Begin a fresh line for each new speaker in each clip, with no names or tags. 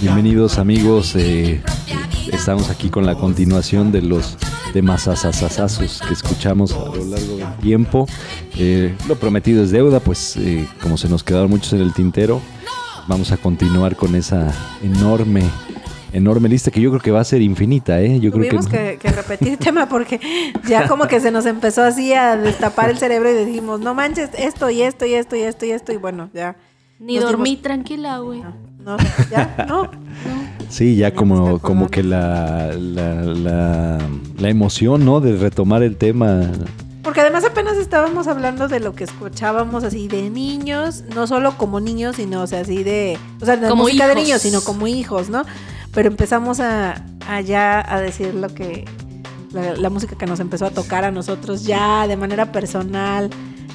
Bienvenidos amigos, eh, estamos aquí con la continuación de los temas asasasazos que escuchamos a lo largo del tiempo. Eh, lo prometido es deuda, pues eh, como se nos quedaron muchos en el tintero, vamos a continuar con esa enorme, enorme lista que yo creo que va a ser infinita, ¿eh? Yo creo
Tuvimos que, que repetir tema porque ya como que se nos empezó así a destapar el cerebro y dijimos, no manches, esto y esto y esto y esto y esto y bueno, ya.
Ni
Nos
dormí tranquila, güey.
No, ya, no.
Sí, ya
Ya me
como,
está
como que la, la, la, la emoción, ¿no? De retomar el tema.
Porque además apenas estábamos hablando de lo que escuchábamos así de niños, no solo como niños, sino o sea, así de, o sea, de
Como
música de
hijos.
niños, sino como hijos, ¿no? Pero empezamos a allá a decir lo que la, la música que nos empezó a tocar a nosotros ya de manera personal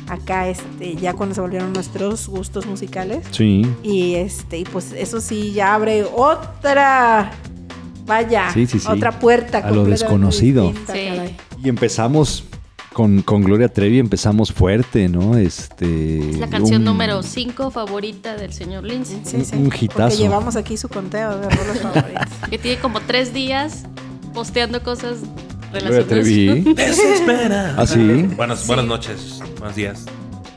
acá este ya cuando se volvieron nuestros gustos musicales
Sí.
y este y pues eso sí ya abre otra vaya,
Sí, sí, sí.
otra puerta
A lo
completamente
desconocido.
distinta, caray.
Sí.
Y empezamos con, con Gloria Trevi, empezamos fuerte, ¿no? Este,
Es la canción
un-
número 5 favorita del señor Lindsay.
Un- un hitazo.
Porque llevamos aquí su conteo de rolas favoritas.
Que tiene como tres días posteando cosas
Gloria
relacionadas.
Trevi.
Desespera.
¿Ah, sí?
Buenas, buenas noches, buenos días.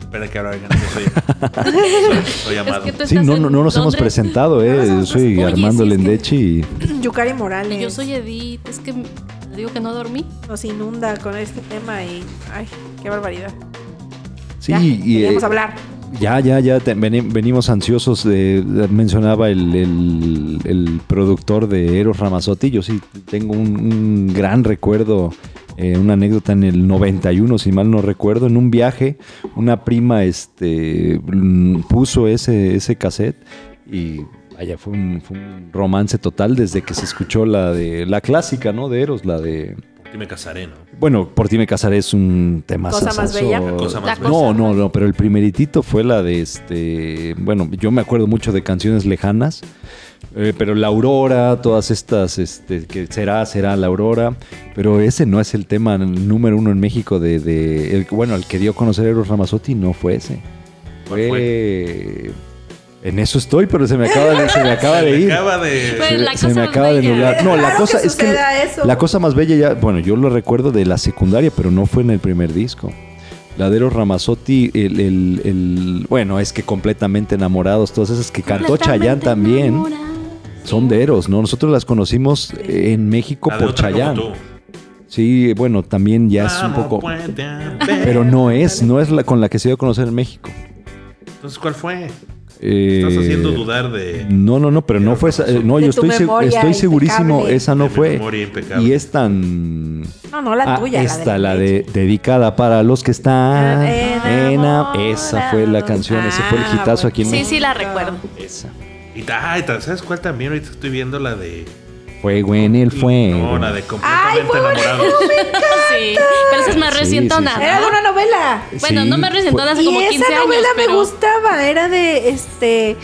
Espera que ahora vengan. Yo soy, soy, soy
Es
amado.
que tú
Sí,
estás
no,
en
no, no nos hemos
Londres.
presentado,
No
¿eh?
nos
Yo
hemos
soy
presentado. Oye,
Armando
sí, es que-
Lendechi.
Yukari
Y
Morales
yo soy Edith, es que te digo que no dormí.
nos inunda con este tema y ay, qué barbaridad.
Sí,
Ya,
y, eh,
queríamos hablar.
Ya, ya, ya, te- veni- venimos ansiosos. de- de- mencionaba el, el- el productor de Eros Ramazotti. Yo sí tengo un, un gran recuerdo, eh, una anécdota en el 91, si mal no recuerdo. En un viaje, una prima este, mm, puso ese, ese cassette y allá fue un, fue un romance total desde que se escuchó la de la clásica, ¿no? De Eros, la de.
Y me casaré, ¿no?
Bueno, por ti me casaré es un tema
Cosa más
sasazo.
bella.
Cosa más
La
bella.
No, no, no, pero el primeritito fue la de este. Bueno, yo me acuerdo mucho de canciones lejanas, eh, pero La Aurora, todas estas, este, que será, será La Aurora, pero ese no es el tema número uno en México de. de- el- bueno, el que dio a conocer Eros Ramazzotti no fue ese.
¿Cuál
Fue. En eso estoy, pero se me acaba de, se me acaba de ir.
Acaba de.
Pues,
Se,
la
se me
cosa
acaba de
bella.
nublar. No, la
Claro
cosa
que
es que
suceda eso.
la cosa más bella ya, bueno, yo lo recuerdo de la secundaria, pero no fue en el primer disco. Ladero Ramazzotti, el, el- el- bueno, es que completamente enamorados, todas esas que cantó Chayán
Completamente
también,
enamorada.
son de Eros, ¿no? Nosotros las conocimos eh, en México
la de
por
otra como
Chayán.
tú.
Sí, bueno, también ya es un
Vamos,
poco,
puente a ver.
pero no es, no es la con la que se dio a conocer en México.
Entonces, ¿cuál fue?
Eh,
Estás haciendo dudar de.
No, no, no, pero no
Eros
fue, esa- eh,
Ramazzotti.
no,
De
yo
tu
estoy, seg-
memoria
estoy segurísimo,
impecable.
esa no
de mi
fue.
Memoria impecable.
Y es tan.
No, no la
Ah,
tuya,
esta, la
Leche.
de dedicada para los que están en
Enamorados.
Esa fue la canción, ese fue el
Ah,
hitazo aquí en
Sí,
bueno.
México.
sí, la recuerdo.
Esa.
Y ta- ay, ta- ¿sabes cuál también? Ahorita estoy viendo la de.
Fuego en el fuego.
No, la de
Ay,
completamente
fue
enamorados.
Sí, pero esa es más
Sí,
recientona.
sí, sí.
Era de
¿no?
una novela.
Bueno, no me
fue-
representó hace como
Y
15
esa novela
años.
me
pero
gustaba, era de este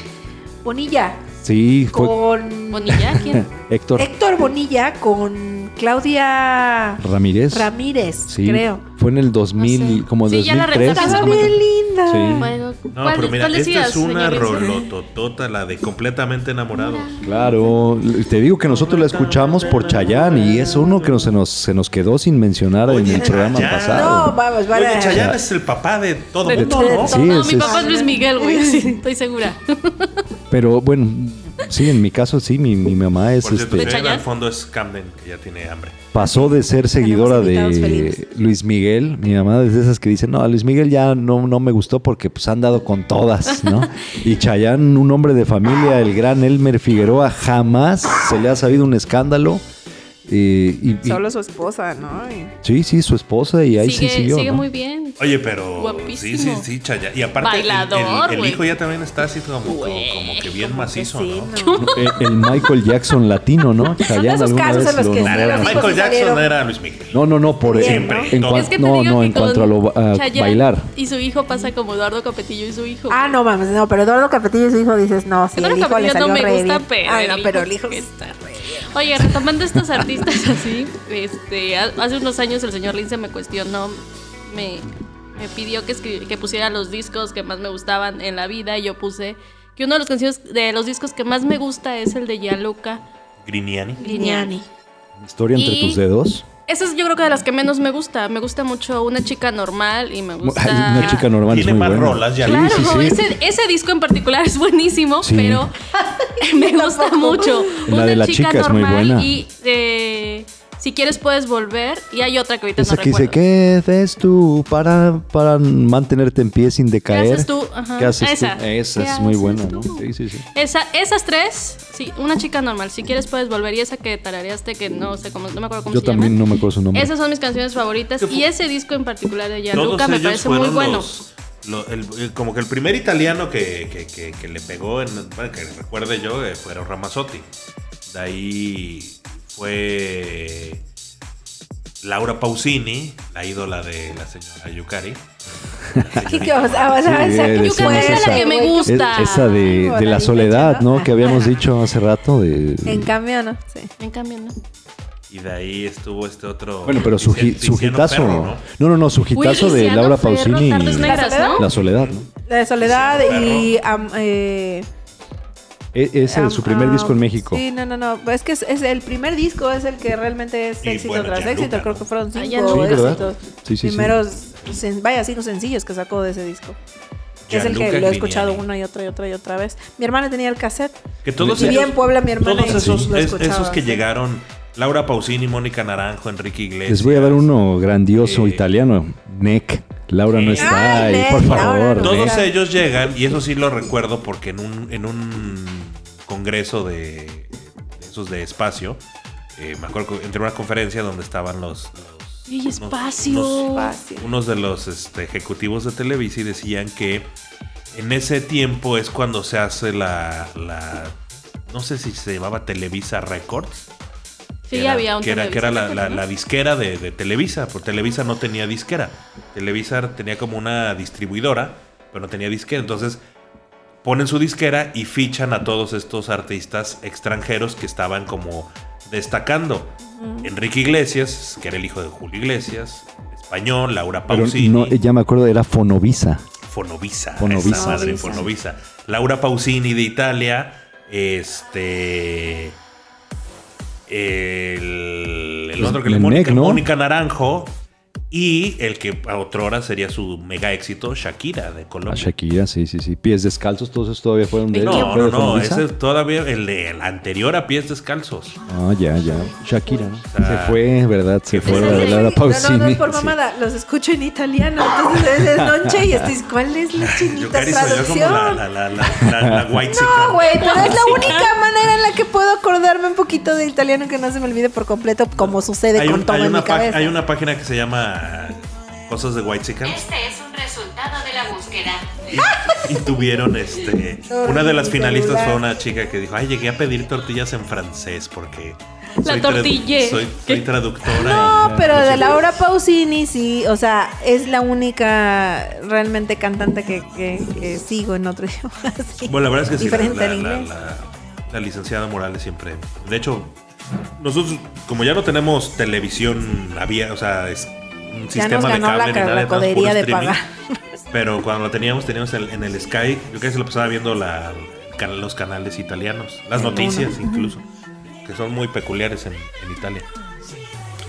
Bonilla
Sí, fue
con
Bonilla, ¿quién?
Héctor
Héctor Bonilla con Claudia
Ramírez.
Ramírez,
sí,
creo.
Fue en el 2000,
No sé.
como
Sí, ya la
2003.
Estaba
Estaba
bien
Ah, bien linda.
Sí.
Bueno,
No,
¿cuál-
pero mira,
cuál
esta
decías,
es una
señor Lindsay?
rolototota, la de completamente enamorados.
Claro, te digo que nosotros la escuchamos por Chayán y es uno que no se nos, se nos quedó sin mencionar en
Oye,
el programa
Chayanne.
pasado.
No, vamos, vale.
Oye, Chayanne es el papá de todo
De-
mundo,
de
¿no?
Sí,
no,
es-
mi
es-
papá es Luis Miguel, güey, sí, estoy segura.
Pero bueno, sí, en mi caso sí, mi, mi mamá es
Por cierto,
este.
¿De
señora,
Chayanne?
al fondo es Camden, que ya tiene hambre.
pasó de ser seguidora
invitados
de
felices.
Luis Miguel. Mi mamá es de esas que dice, no, a Luis Miguel ya no, no me gustó porque pues han dado con todas, ¿no? Y Chayán, un hombre de familia, el gran Elmer Figueroa, jamás se le ha sabido un escándalo. Eh, y, y-
Solo su esposa, ¿no? Y-
sí, sí, su esposa y ahí
sigue
sí siguió.
sigue
¿no?
muy bien.
Oye, pero. Sí,
Guapísimo.
sí, sí, Chayanne. Y aparte, el- el-
Bailador,
el,
güey.
hijo ya también está así como, como,
Güey,
como que bien macizo,
Sí,
¿no?
no.
El- El Michael Jackson latino, ¿no? Chayán
esos
alguna
casos
vez
en los
lo
que
nombró.
sí,
Claro,
los hijos
Michael
Pues sí
Jackson
salieron.
era Luis Miguel.
No, no, no, por en,
Siempre.
en cuan-
Es que te
no,
digo
no,
que
en
con
cuanto a lo a
Chayanne
bailar.
Y su hijo pasa como Eduardo Capetillo y su hijo.
Ah, no mames, no, pero Eduardo Capetillo y su hijo dices, no, sí, el
Eduardo
hijo le
Capetillo
salió
no me
re
gusta,
bien.
pero
Ah,
el
no,
hijo
pero el hijo
que
está re bien.
Oye, retomando estos artistas así, este, ha- hace unos años el señor Lince me cuestionó, me, me pidió que, escri- que pusiera los discos que más me gustaban en la vida y yo puse que uno de los canciones de los discos que más me gusta es el de Gianluca
Griniani.
Grignani.
Historia entre
Y-
tus dedos.
Esa es yo creo que de las que menos me gusta. Me gusta mucho una chica normal y me gusta.
Ay, una chica normal.
Tiene
es muy
más
buena.
rolas, ya.
Claro,
Sí, sí, sí.
Ese, ese disco en particular es buenísimo,
Sí.
pero me gusta mucho.
La de la chica es muy buena.
y eh, si quieres puedes volver. Y hay otra que ahorita
Esa
no
que dice,
recuerdo.
¿qué haces tú para, para mantenerte en pie sin decaer?
haces tú? Ajá.
¿Qué haces
Esa.
tú? Esa
¿Qué
es muy
haces
buena,
tú?
¿no? Sí, sí, sí.
Esa, esas tres, sí, una chica normal, si quieres puedes volver. Y esa que tarareaste, que no sé cómo, no me acuerdo cómo
Yo
se
también
llama.
no me acuerdo su nombre.
Esas son mis canciones favoritas.
Que fu-
Y ese disco en particular de
Todos
Gianluca me
ellos
parece muy
fueron
bueno.
los- lo- el- el- como que el primer italiano que, que- que- que le pegó, en, bueno, que recuerde yo, eh, fue Ramazzotti. De ahí fue Laura Pausini, la ídola de la señora Yukari.
¿Qué, qué, o sea, o sea,
Sí,
esa-
eh,
¿qué
decíamos
fue?
esa.
la que me
Es-
gusta.
Es-
gusta.
esa de, de la
Moralita,
soledad,
¿no?
¿no? Que habíamos
Ajá.
dicho hace rato. De...
En cambio, no. Sí.
En cambio, ¿no?
Y de ahí estuvo este otro.
Bueno, pero su,
Tici-
ji- su
Tiziano
hitazo.
Ferro,
¿no? no, no, su hitazo de
Tiziano
Laura
Ferro,
Pausini.
Tardes
y
Negras, ¿no?
La soledad, ¿no?
La de soledad
Sí,
y. am- eh,
E- ese es su
am-
primer
am-
disco en México.
Sí, no, no, no. Es que es, es el primer disco, es el que realmente es
Y
éxito
bueno,
tras
Gianluca,
éxito.
¿no?
Creo que fueron
Ah,
cinco
Gianluca.
Sí, ¿verdad?
éxitos.
Sí, sí, sí.
Primeros, sen- vaya, cinco sencillos que sacó de ese disco. Que es el que
Gianluca
lo he escuchado
Grignani.
una y otra y otra y otra vez. Mi hermana tenía el cassette.
Que todos
Vivía
ellos-
en Puebla mi hermana
Todos
y
esos,
lo
es-
escuchaba,
esos que
sí.
llegaron, Laura Pausini, Mónica Naranjo, Enrique Iglesias.
Les voy a dar uno grandioso
Eh,
italiano. Neck. Laura no
Ay,
está ahí,
Neck,
por
Laura
favor.
no
Neck.
Todos
Mira.
ellos llegan, y eso sí lo recuerdo porque en un, en un congreso de de esos de espacio, eh, me acuerdo que entré a una conferencia donde estaban los... los-
Y
unos-
espacio.
unos-
Fácil.
unos de los este, ejecutivos de Televisa y decían que en ese tiempo es cuando se hace la... la- no sé si se llamaba Televisa Records.
Sí,
que era-
había un
que era, que era la,
televisor,
la-
¿no?
la disquera de, de Televisa, porque Televisa no tenía disquera. Televisa tenía como una distribuidora, pero no tenía disquera. Entonces ponen su disquera y fichan a todos estos artistas extranjeros que estaban como destacando. Enrique Iglesias, que era el hijo de Julio Iglesias, español, Laura
Pero
Pausini,
no, ya me acuerdo, era Fonovisa.
Fonovisa,
Fonovisa.
esa madre,
Fonovisa.
Fonovisa. Laura Pausini de Italia, este el, el
Pues,
otro que le
el
Mónica,
Nec, ¿no?
Mónica Naranjo y el que a otrora sería su mega éxito Shakira de
A
Colombia.
Shakira, sí, sí, sí. Pies descalzos, todos esos todavía fueron de
No,
fue
no, no,
de Fonovisa.
ese es todavía el, el anterior a pies descalzos.
Ah, ya, ya. Shakira, ¿no?
sea,
se fue, ¿verdad? Se
que
fue
fue
la
Esas
de
de-
Laura Pausini.
No, no, no es por
Sí.
mamada, los escucho en italiano, entonces es de noche y estoy, ¿cuál es la
Yo
chinita
cari soy yo como
traducción?
la, la, la, la, la- la white chica.
No, güey, pero es la única manera en la que puedo acordarme un poquito de italiano que no se me olvide por completo, como sucede
Hay,
con
un-
todo
hay
en mi
una pag-
cabeza.
hay una página que se llama Cosas de White Chicken.
Este es un resultado de la búsqueda.
y tuvieron este. Una de las finalistas fue una chica que dijo: Ay, llegué a pedir tortillas en francés porque.
La
soy tradu-
tortille.
Soy, soy traductora.
No,
y-
pero de Laura Pausini sí, o sea, es la única realmente cantante que, que- que sigo en otro idioma. sí.
Bueno, la verdad es que sí. La,
Diferente
la-
al
la-
inglés.
la- la licenciada Morales siempre. De hecho, nosotros, como ya no tenemos televisión había, o sea, es un
Ya
sistema
nos ganó
de
la
cable ni
ca-
nada, nada
la
más puro
codería de
streaming.
pagar.
Pero cuando lo teníamos, teníamos el- en el Sky, yo casi lo pasaba viendo la- can- los canales italianos, las noticias incluso, que son muy peculiares en, en Italia.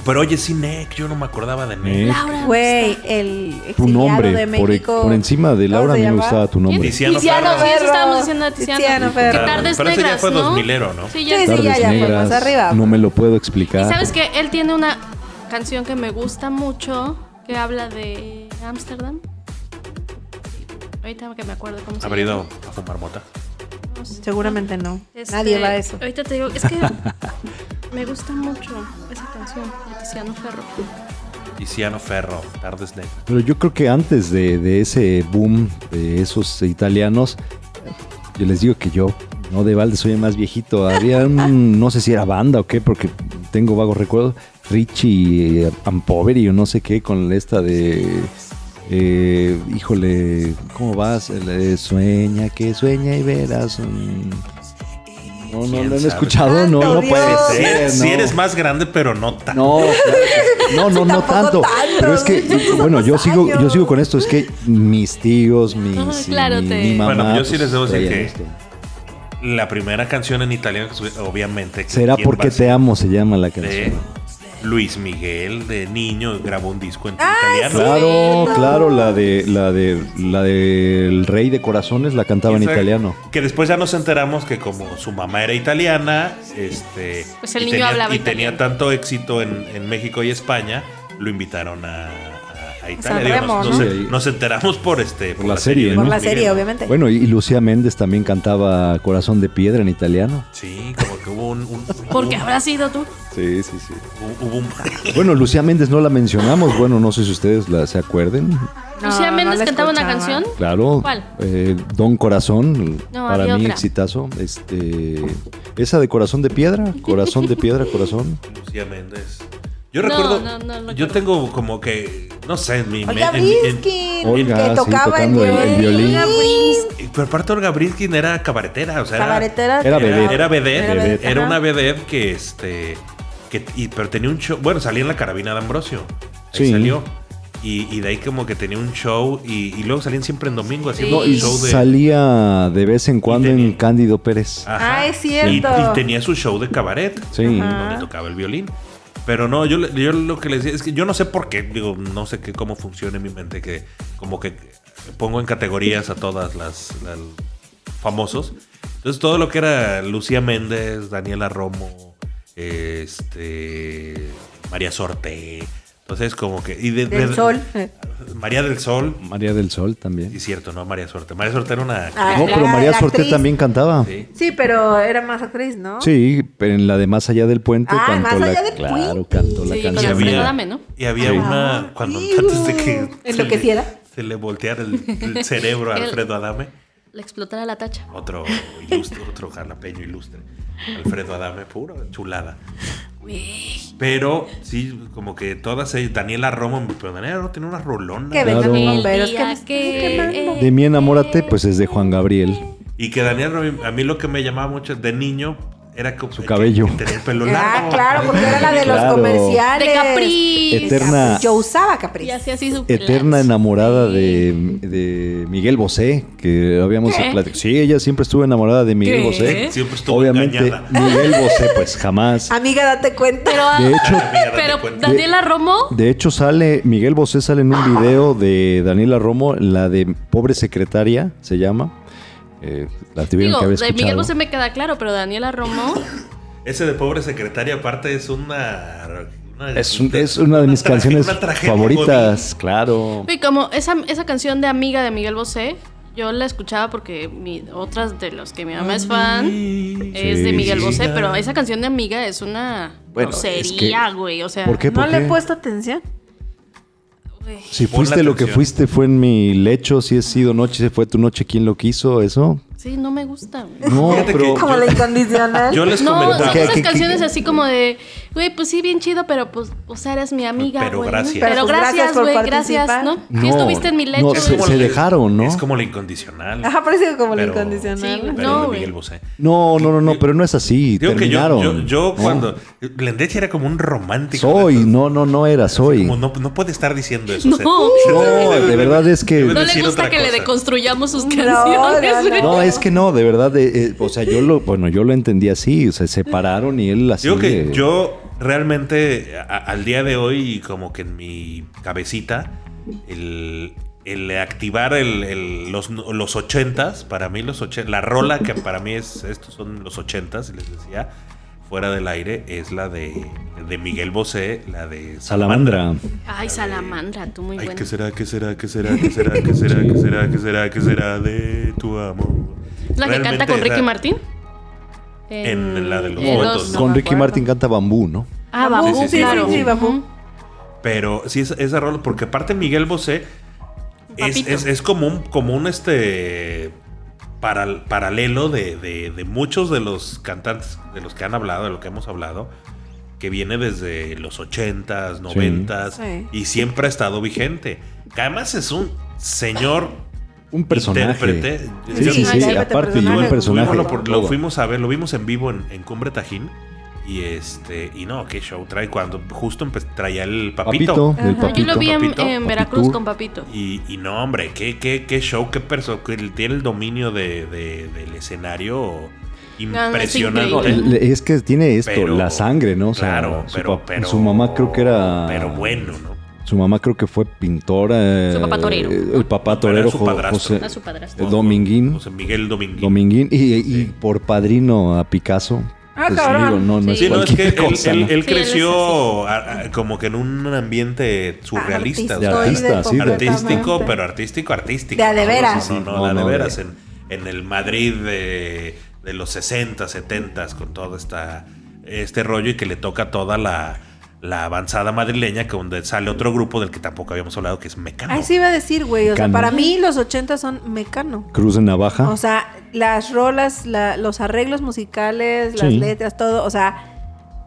Pero oye, sí, Nick, yo no me acordaba de Nick.
Nick.
Laura.
Güey, el
Tu
exiliado de
¿Eh? nombre, por, e-
México.
por encima de
¿cómo
Laura, a
se
mí me
llama?
gustaba tu nombre.
Tiziano
Tiziano,
Ferro.
sí, eso estábamos diciendo de Tiziano.
Tiziano
Que
Ferro.
tardes
Pero ese ya
negras,
fue
¿no?
2000ero, ¿no?
Sí, ya.
Sí, sí, ya, ya, fue más arriba.
No me lo puedo explicar.
Y sabes que él tiene una canción que me gusta mucho que habla de Ámsterdam. Ahorita que me acuerdo cómo se
¿Habrá ido
llama.
a fumar mota?
No sé.
Seguramente no.
Este,
Nadie va a eso.
Ahorita te digo, es que me gusta mucho esa canción de Tiziano Ferro.
Tiziano Ferro, tardes negras.
Pero yo creo que antes de, de ese boom de esos italianos, yo les digo que yo, no de balde, soy el más viejito. Había un, no sé si era banda o qué, porque tengo vagos recuerdos. Richie Ampoveri o no sé qué, con esta de. eh, híjole, ¿cómo vas? El, eh, sueña, que sueña y verás. mm. No, no, no,
¿Quién
lo he
sabe?
escuchado, no,
¡Santo
no puede
Dios!
ser.
Si
no.
eres más grande, pero no tan.
No, claro que No, no, no
tampoco
tanto.
tanto,
Pero es que,
muchos
bueno, yo
años. Ah,
sigo, yo sigo con esto. Es que mis tíos, mis,
claro,
mi,
te-
mi mamá.
Bueno, yo sí
pues,
les debo decir
traían
que-
esto.
La primera canción en italiano, que subi- obviamente. que-
Será
¿quién va
porque
a ser?
te amo, se llama la canción.
de Luis Miguel de niño grabó un disco en
Ah,
italiano.
Claro,
Sí.
claro, la de la de la del Rey de Corazones la cantaba en
Esa-
italiano.
Que después ya nos enteramos que como su mamá era italiana, este
Pues el
y
niño
tenía,
hablaba
y tenía
italiano.
tanto éxito en, en México y España, lo invitaron a, a- a Italia. Digo,
Remo,
nos, nos-
¿no?
nos enteramos por este
Por la
de
serie, ¿no?
Por
Luis
la serie,
Miguel.
obviamente.
Bueno, y Lucía Méndez también cantaba Corazón de Piedra en italiano.
Sí, como que hubo un, un-
Porque
un-
habrá sido tú.
Sí, sí, sí.
hu- hubo un-
Bueno, Lucía Méndez no la mencionamos. Bueno, no sé si ustedes la se acuerden.
No,
Lucía
no
Méndez
la
cantaba una
escuchaba.
canción.
Claro.
¿Cuál?
eh, Don Corazón,
No,
para mí
había otra.
exitazo. Este, esa de Corazón de Piedra, Corazón de Piedra, Corazón.
Lucía Méndez. Yo
No,
recuerdo,
no, no, no
yo
recuerdo.
tengo como que, no sé, en mi me-
Olga
en mi- en-
Briskin,
Olga,
que
sí,
tocaba el
tocando el-
violín.
el violín.
Olga Briskin,
Pero aparte Olga Briskin era cabaretera, o sea, era-
cabaretera.
Era vedette.
Era vedette,
Era
era,
vedette, ajá.
una vedette que este que y- pero tenía un show, bueno, salía en la carabina de Ambrosio. Ahí
Sí.
salió. Y, y de ahí como que tenía un show y, y luego salían siempre en domingo haciendo
No,
un
y
show de
salía de vez en cuando en
tenía-
Cándido Pérez.
Ajá.
Ah, es cierto.
Y, y tenía su show de cabaret
Sí.
Ajá.
donde tocaba el violín. Pero no, yo, le- yo lo que les decía es que yo no sé por qué, digo, no sé qué cómo funciona en mi mente, que como que pongo en categorías a todas las, las famosos. Entonces todo lo que era Lucía Méndez, Daniela Romo, este María Sorte, entonces como que... Y de-
Del
de-
sol.
María del Sol,
María del Sol también.
es cierto, ¿no? María Sorte. María Sorte era una...
Ah,
No,
la-
pero
la
María Sorté
actriz.
también cantaba. Sí.
Sí.
Sí, pero era más actriz, ¿no?
pero en la de Más allá del puente
Ah,
cantó
Más
la
allá del
claro,
puente.
cantó la
Sí, con
Y
canción.
Alfredo
había,
Adame, ¿no?
y había
Ajá.
una, cuando
Iu,
antes de que
enloqueciera.
se le, se le volteara el, el cerebro a
El-
Alfredo Adame,
Le explotara la tacha.
otro ilustre, otro jalapeño ilustre, Alfredo Adame puro, chulada. Pero sí, como que todas ellas, Daniela Romo, pero Daniela Romo tiene unas rolonas.
Que vengan
Claro.
los
El
bomberos. Que
día
me
que-
están quemando.
De mí enamórate, pues es de Juan Gabriel.
Y que Daniela Romo, a mí lo que me llamaba mucho de niño era que, Su
cabello.
tenía el pelo largo.
Ah, claro, porque era la de los
Claro.
comerciales.
De Capri.
Eterna-
Yo usaba Capri.
Y así así su
Eterna
plan.
enamorada de, de Miguel Bosé, que habíamos
¿Qué?
platicado. Sí, ella siempre estuvo enamorada de Miguel
¿Qué?
Bosé.
Siempre estuvo
Obviamente,
engañada.
Miguel Bosé, pues jamás.
Amiga, date cuenta.
Pero, ah,
De hecho,
Mira, date
pero
cuenta.
Daniela Romo.
de hecho, sale, Miguel Bosé sale en un video de Daniela Romo, la de Pobre Secretaria, se llama. Eh, la tuvieron
Digo,
que haber
de
escuchado.
Miguel Bosé me queda claro, pero Daniela Romo.
Ese de pobre secretaria, aparte, es una. una-
Es, un- es una de mis
tragedia-
canciones
una tragedia
favoritas, claro.
Y como esa, esa canción de amiga de Miguel Bosé, yo la escuchaba porque mi, otras de los que mi mamá es fan
godín.
es de
Sí.
Miguel Bosé, pero esa canción de amiga es una
Bueno, es
grosería,
que-
güey. O sea,
¿Por qué?
No le he puesto atención.
güey.
Si
Pon la
fuiste lo que
atención.
fuiste, fue en mi lecho. Si he sido noche, se fue tu noche. ¿Quién lo quiso? ¿Eso?
Sí, no me gusta. güey.
No,
Fíjate que
pero.
Como
yo-
la incondicional.
Yo les
No, pues
comentaba.
son
¿Qué-
esas
qué- qué-
canciones así como de, güey, pues sí, bien chido, pero pues, o sea, eres mi amiga,
Pero
güey.
gracias.
Pero
Pero pues
gracias,
gracias por
güey, gracias,
participar.
¿no?
No,
Sí estuviste en mi lecho.
no,
güey.
se- se dejaron, ¿no?
Es como la incondicional.
Ajá, parece como la
Pero-
Sí, güey.
incondicional.
pero
No,
de
güey.
Miguel Bosé.
No, no, no, no, pero no es así.
Digo que yo,
Terminaron.
yo, yo
No.
cuando. Lendechi era como un romántico.
Soy,
Entonces,
no, no, no era, soy.
como no, no puede estar diciendo eso. o sea,
No.
No, de verdad es que-
Debe
No le
decir
gusta
otra
que le
cosa.
deconstruyamos sus
No,
canciones.
no,
güey.
No, es que no, de verdad. eh, eh, o sea, yo lo, bueno, yo lo entendí así. O sea, se separaron y él así.
Digo que
de-
yo realmente a- al día de hoy, como que en mi cabecita, el, el activar el- el- los, los ochentas, para mí los ochentas, la rola que para mí es, estos son los ochentas, les decía, fuera del aire, es la de, de Miguel Bosé, la de
Salamandra.
Ay, Salamandra, tú muy
Ay,
buena.
¿qué será, qué será, qué será, qué será, qué será, qué será, qué será, qué será de tu amor?
¿La que canta
Realmente
con Ricky
esa-
Martín?
En la de los
en
votos, ¿no?
me
Con Ricky
acuerdo.
Martin canta bambú, ¿no?
Ah,
Bambú,
sí,
Babú,
sí, sí,
claro.
sí, sí,
Babú.
Ujú.
Pero sí, esa, esa rola, porque aparte Miguel Bosé es,
Papito.
es- es como un, como un este paral- paralelo de, de- de muchos de los cantantes de los que han hablado, de lo que hemos hablado, que viene desde los 80s, 90s
Sí.
y siempre ha estado vigente. Que además es un señor.
Un personaje.
Intérprete.
Sí, sí, sí.
Intérprete,
Aparte, y
personaje.
un
Tuvimos
personaje.
lo, por- lo
todo.
fuimos a ver, lo vimos en vivo en, en Cumbre Tajín Y este, y no, qué show trae cuando justo empe- traía el papito.
Papito, del
Ajá.
papito.
Yo lo vi en,
Papito.
en Veracruz
Papitur.
con Papito.
Y, y no, hombre, qué, qué, qué show, qué persona. Tiene el dominio de, de- del escenario impresionante.
No, el- le- es que tiene esto,
Pero-
la sangre, ¿no? O sea,
claro,
su,
pero,
pap-
pero-
su mamá creo que era.
Pero bueno, ¿no?
Su mamá creo que fue pintora.
Su papá torero.
eh, El papá
Pero era
torero,
su
Jo-
padrastro.
José.
A su padrastro.
El Dominguín.
José Miguel Dominguín.
Dominguín. Y, y por padrino a Picasso. Pues,
Ah, cabrón.
no, no
Sí.
es
Sí, no, es que
cualquier
él,
cosa,
él-
¿no?
él
Sí, él es
creció a- a- como que en un ambiente surrealista.
Ah,
o
De
sea,
artista,
Artistoide
sí, de
artístico,
completamente.
pero artístico, artístico.
De a de
¿no?
veras.
No, no, no, de
Sí,
a
no,
de
no,
veras.
de-
En, en el Madrid de, de los 60, 70, con todo esta, este rollo y que le toca toda la, la avanzada madrileña, que donde sale otro grupo del que tampoco habíamos hablado, que es Mecano.
Ahí sí iba a decir, güey. O sea,
Mecano.
para mí los 80 son mecano.
Cruz de
Ah.
navaja.
O sea, las rolas, la- los arreglos musicales, las
Sí.
letras, todo. O sea,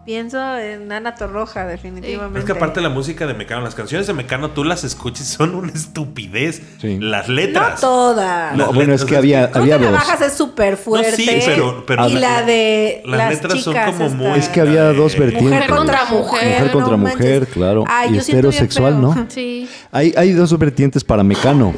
pienso en Ana Torroja, definitivamente.
Es que aparte la música de Mecano, las canciones de Mecano, tú las escuchas, y son una estupidez.
Sí.
Las
No
letras.
todas.
No,
las
bueno,
letras
es que
de-
había,
Cruz
había
de
dos.
Navajas es súper fuerte.
pero- pero
y
la-
la de
las
las,
letras son
chicas
como
esta-
muy-
Es que había dos
Eh,
vertientes.
Mujer contra mujer.
Mujer contra
no
mujer,
manches.
claro.
Ay,
y
yo siento bien
heterosexual,
feo.
¿no?
Sí.
Hay, hay dos vertientes para Mecano.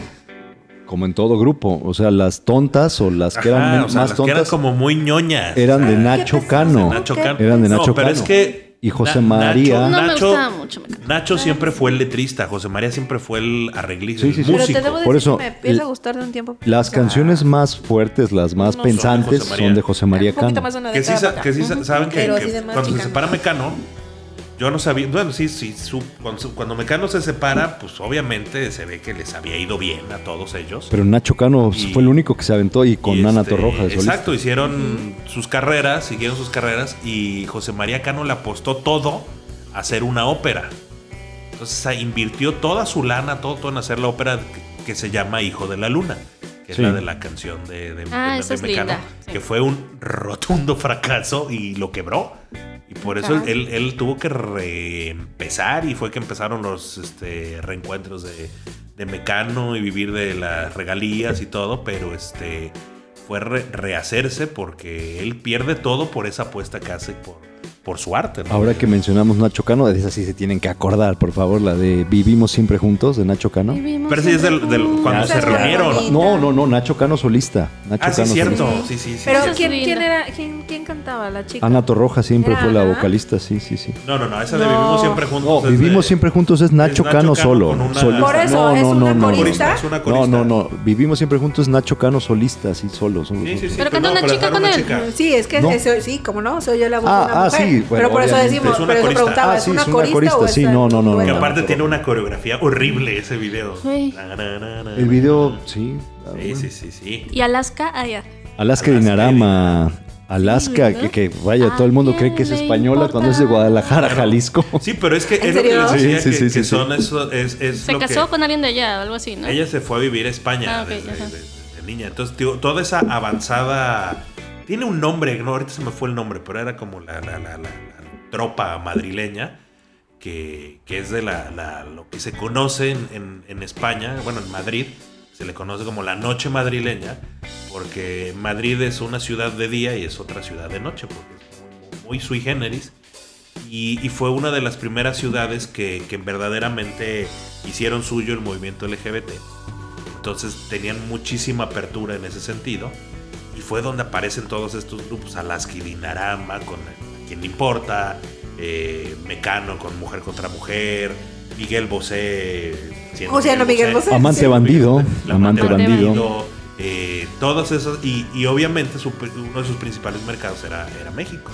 Como en todo grupo. O sea, las tontas o las que eran
Ajá,
men-
o sea,
más
las que eran
tontas
como muy ñoñas.
eran de
Ah.
Nacho
pesado,
Cano.
¿no?
Nacho
¿Qué?
Cano.
Eran de Nacho
No, pero
Cano.
es que.
Y José
Na-
María.
No me
Nacho,
gustaba mucho, me cae.
Nacho siempre fue el letrista. José María siempre fue el arreglista.
Sí,
el
sí, sí.
Pero
músico.
te debo decir
Por eso,
que me empieza a
l-
gustar de un tiempo. para
Las
acá.
canciones más fuertes, las más
No son de
pensantes,
José
son,
María.
de José María
Un poquito
Cano.
más de una
que sí,
década
sa-
para acá.
que sí sa-
Ujú.
saben que,
Pero
que
sí de más
cuando se
chicano.
separa Mecano, yo no sabía. Bueno, sí, sí. su- cuando, su- cuando Mecano se separa, pues obviamente se ve que les había ido bien a todos ellos.
Pero Nacho Cano
Y-
fue el único que se aventó y con
Y,
Nana
este,
Torroja de solista.
Exacto, hicieron sus carreras, siguieron sus carreras y José María Cano le apostó todo a hacer una ópera. Entonces ah, invirtió toda su lana, todo, todo en hacer la ópera que, que se llama Hijo de la Luna, que
Sí.
es la de la canción de, de-
Ah,
de-
esa
de
es
Mecano,
linda, sí.
que fue un rotundo fracaso y lo quebró. Y por eso
Ajá.
él, él tuvo que reempezar y fue que empezaron los este, reencuentros de, de Mecano y vivir de las regalías y todo, pero este fue re- rehacerse porque él pierde todo por esa apuesta que hace por, por su arte. ¿no?
Ahora que mencionamos Nacho Cano, de esas sí se tienen que acordar, por favor, la de Vivimos Siempre Juntos de Nacho Cano.
Vivimos
Pero sí es del- del-
juntos.
cuando
se reunieron. bonita.
No, no, no, Nacho Cano solista. Nacho
ah, sí,
Cano
cierto.
solista.
Sí, sí, sí.
Pero
sí.
es
¿quién,
linda.
quién era, quién, quién cantaba la chica?
Ana Torroja siempre fue la
Ajá.
vocalista, sí, sí, sí.
No, no, no, esa de
No.
Vivimos Siempre
No,
Juntos. es
Vivimos
de-
Siempre Juntos es Nacho,
Nacho Cano
Cano solo.
con una-
solista.
Por eso,
no,
es
no, no,
una
no.
corista.
Es una
No,
corista.
no, no. Vivimos Siempre Juntos es Nacho Cano solista, así solo. solo,
Sí, sí, sí,
solo.
Pero canta
no,
una chica
era
con él.
chica.
Sí, es que
No.
ese- sí, como no, soy yo la voz
Ah,
de una
ah,
mujer.
sí, bueno,
pero por eso
obviamente.
decimos,
Es una
pero eso
corista.
preguntaba,
Ah,
¿es
sí,
una
es una
corista, o
corista,
es
sí, no, no, no,
Que
no.
aparte tiene una coreografía horrible ese video.
Sí.
Na, na, na, na,
El video, sí. ah,
Sí,
bueno.
sí, sí, sí.
Y Alaska, ah, allá.
Alaska
Alaska Dinarama. Alaska,
Sí, ¿no?
que, que vaya,
¿A
todo el mundo cree
quién
que es
le
española
importa?
cuando es de Guadalajara, Jalisco.
Sí, pero es que
¿En
es lo que
serio?
les decía
Sí, sí,
que,
sí,
que
sí, sí.
son eso es, es
Se
lo que-
casó con alguien de allá, algo así, ¿no?
Ella se fue a vivir a España
Ah, ok,
desde,
ajá.
desde- desde niña. Entonces, tío, toda esa avanzada. Tiene un nombre, no, ahorita se me fue el nombre, pero era como la, la- la- la- la tropa madrileña, que, que es de la, la- lo que se conoce en, en- en España, bueno, en Madrid, se le conoce como la noche madrileña, porque Madrid es una ciudad de día y es otra ciudad de noche, porque es muy, muy sui generis y, y fue una de las primeras ciudades que, que verdaderamente hicieron suyo el movimiento LGBT. Entonces tenían muchísima apertura en ese sentido. Y fue donde aparecen todos estos grupos, Alaska y Dinarama, con A quien le importa, eh, Mecano con Mujer contra Mujer, Miguel Bosé. siendo
O sea, no, Miguel Bosé,
Amante
sí.
bandido,
la
amante
Amante
bandido.
eh, todas esas, y, y obviamente su- uno de sus principales mercados era, era México.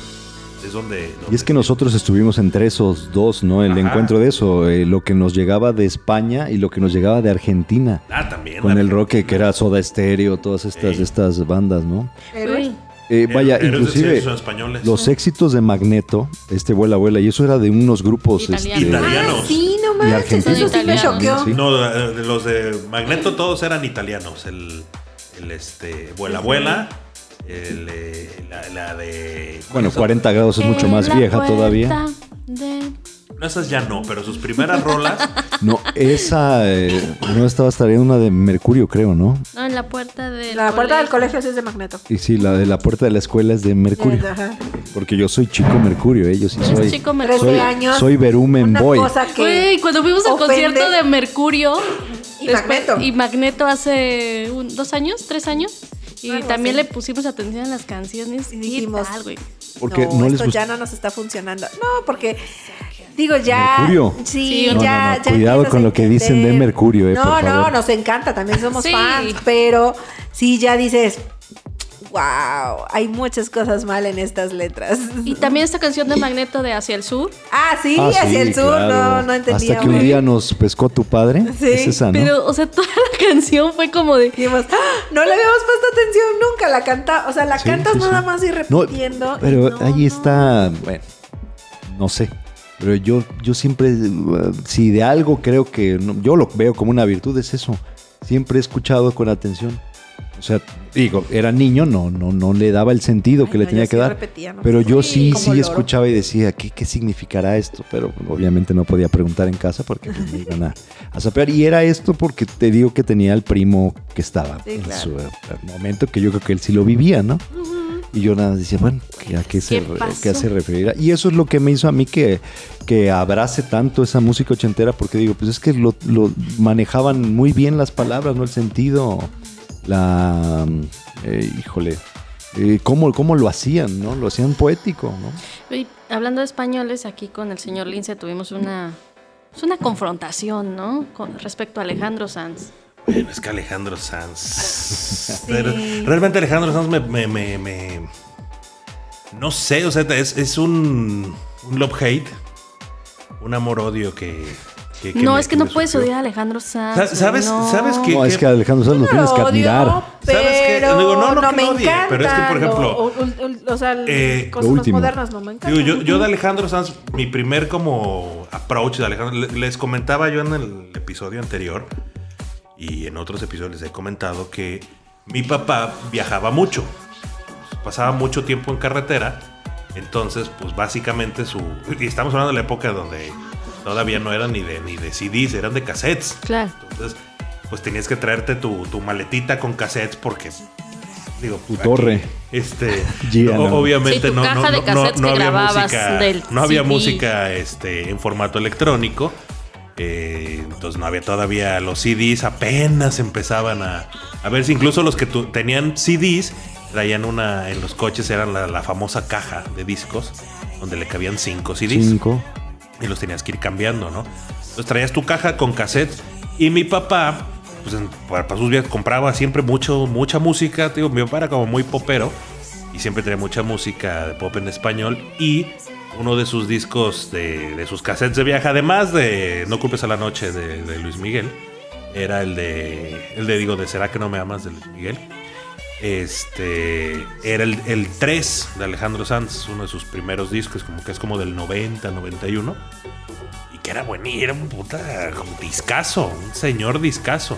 Es donde,
Y es que
donde-
nosotros estuvimos entre esos dos, ¿no? El
Ajá.
encuentro de eso, eh, lo que nos llegaba de España y lo que nos llegaba de Argentina.
Ah, también.
Con el
Argentina.
rock que era Soda Stereo, todas estas,
Ey.
estas bandas, ¿no?
Héroes.
Eh,
Pero-
vaya,
pero esos
inclusive
sí son españoles.
los éxitos de Magneto, este vuela, vuela, y eso era de unos grupos...
Italianos.
este,
Italianos.
Ah, sí, no
Y
manches,
argentinos.
eso sí me
Italianos.
choqueó.
Sí.
No, eh, de- de los de Magneto todos eran italianos. El, el este, vuela, vuela. el, eh, la, la de. ¿cuál
Bueno,
es
40 grados es mucho
En
más
la
vieja
puerta
todavía.
de-
No, esas ya no, pero sus primeras rolas.
No, esa eh, no estaba estaría una de Mercurio, creo, ¿no?
No, en la puerta del
La puerta del
colegio.
colegio sí es de magneto.
Y sí, la de la puerta de la escuela es de Mercurio.
Ajá.
Porque yo soy chico Mercurio, ellos sí soy.
chico
Trece
soy,
Mercurio.
años.
soy Verumen
Una
Boy.
cosa que
Güey, cuando fuimos al
ofende-
concierto de Mercurio
Y Magneto.
y Magneto hace un- dos años, tres años, y
Algo
también
así.
le pusimos atención a las canciones.
Y
Y
dijimos,
dijimos, güey?
Porque
no,
no, les
esto
gusta.
ya no nos está funcionando. No, porque digo ya.
Mercurio.
Sí,
Sí,
no,
ya,
no, no,
ya
cuidado
empiezas
con
a
lo que dicen de
entender.
Mercurio, eh,
No,
por
no,
favor.
nos encanta, también somos
Sí.
fans, pero sí ya dices, wow, hay muchas cosas mal en estas letras.
Y también esta canción de Magneto de Hacia el Sur.
ah, sí,
Ah,
hacia
sí,
el sur,
claro.
no, no entendíamos.
Hasta que un día nos pescó tu padre.
Sí,
es
Ah,
esa, ¿no?
Pero, o sea, toda la canción fue como de.
Dijimos, "Ah, no le habíamos puesto atención nunca, la canta, o sea, la
Sí,
cantas
sí,
nada
sí.
más y
No,
repitiendo. y
pero
no,
ahí
no.
está, bueno, no sé. Pero yo, yo siempre, uh, si de algo creo que, no- yo lo veo como una virtud, es eso. Siempre he escuchado con atención. O sea, digo, era niño, no, no, no le daba el sentido
Ay,
que le
no,
tenía
yo
que
sí
dar.
repetía, ¿no?
Pero yo sí,
Como
sí
loro.
escuchaba y decía, ¿qué, ¿qué significará esto? Pero obviamente no podía preguntar en casa porque pues, me iban a, a sapear. Y era esto porque te digo que tenía al primo que estaba
Sí,
en
claro.
su eh, momento, que yo creo que él sí lo vivía, ¿no? Y yo nada más decía, bueno, ¿qué- ¿a qué se,
¿Qué
re-
pasó?
qué se referirá? Y eso es lo que me hizo a mí que, que abrace tanto esa música ochentera, porque digo, pues es que lo, lo manejaban muy bien las palabras, ¿no? El sentido, la... eh, híjole. eh, ¿cómo, ¿Cómo lo hacían, no? Lo hacían poético, ¿no?
Güey, hablando de españoles, aquí con el señor Lince tuvimos una. pues, una confrontación, ¿no? Con respecto a Alejandro Sanz.
Bueno, es que Alejandro Sanz. Re- Realmente Alejandro Sanz me, me- me- me- No sé, o sea, es, es un, un love-hate. Un amor-odio que, que-
No,
me-
es que no
me
puedes
surgió.
odiar a Alejandro Sanz.
Sa-
güey,
¿sabes-
no.
sabes qué?
No, es que Alejandro Sanz lo
Yo
tienes que
lo odio,
admirar.
¿Sabes qué?
Pero
Digo, no,
no,
no que
me
lo odie,
encanta.
pero es que, por ejemplo,
o, o- o- o sea,
eh,
cosas
lo
más
último.
modernas no me encantan.
Digo, yo, yo de Alejandro Sanz, mi primer como approach de Alejandro, le- les comentaba yo en el episodio anterior y en otros episodios les he comentado que mi papá viajaba mucho, pasaba mucho tiempo en carretera, entonces pues básicamente su... Y estamos hablando de la época donde todavía no eran ni de, ni de CDs, eran de cassettes.
Claro.
Entonces pues tenías que traerte tu, tu maletita con cassettes porque... Digo,
Tu torre.
Este,
Yeah,
o-
no.
obviamente
Sí, tu
no,
caja
no,
de
no, no,
cassettes
no
que
había
grababas
música,
del
no había
CD.
música este, en formato electrónico. eh, entonces no había todavía los CDs, apenas empezaban a, a ver si incluso los que tu- tenían CDs traían una en los coches, eran la, la famosa caja de discos donde le cabían cinco CDs
Cinco.
y los tenías que ir cambiando, ¿no? Entonces traías tu caja con cassette y mi papá, pues en- para, para sus viajes compraba siempre mucho, mucha música, te digo, mi papá era como muy popero y siempre traía mucha música de pop en español y uno de sus discos, de, de sus cassettes de viaje, además de No culpes a la noche de, de Luis Miguel, era el de, el de, digo, de ¿Será que no me amas de Luis Miguel? Este era el, el 3 de Alejandro Sanz, uno de sus primeros discos, como que es como del 90, 91. Y que era bueno, y era un puta un discazo, un señor discazo.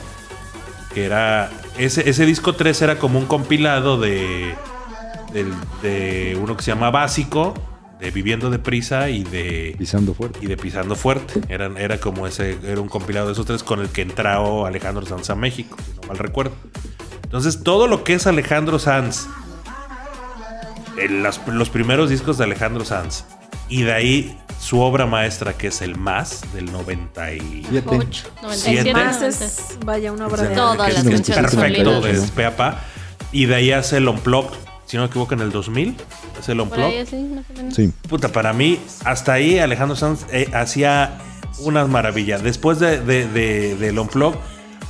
Que era. Ese, ese disco 3 era como un compilado de. del- de uno que se llama Básico, de Viviendo Deprisa y de
Pisando fuerte.
y de Pisando Fuerte. Eran, era como ese, era un compilado de esos tres con el que entró Alejandro Sanz a México, si no mal recuerdo. Entonces, todo lo que es Alejandro Sanz, el- las- los primeros discos de Alejandro Sanz, y de ahí su obra maestra, que es el más del 90 y.
Fíjate.
8,
Siete.
El
97,
más
90.
es, vaya, una
O
obra
sea,
de
Todas
que
las
es
canciones
Perfecto,
completas.
de pe a pa. Y de ahí hace el Unplugged, si no me equivoco, en el 2000. Es el
Por
Unplugged.
ahí así, más o menos.
Sí.
Puta, para mí, hasta ahí Alejandro Sanz eh, hacía unas maravillas. Después de, de, de- del Unplugged,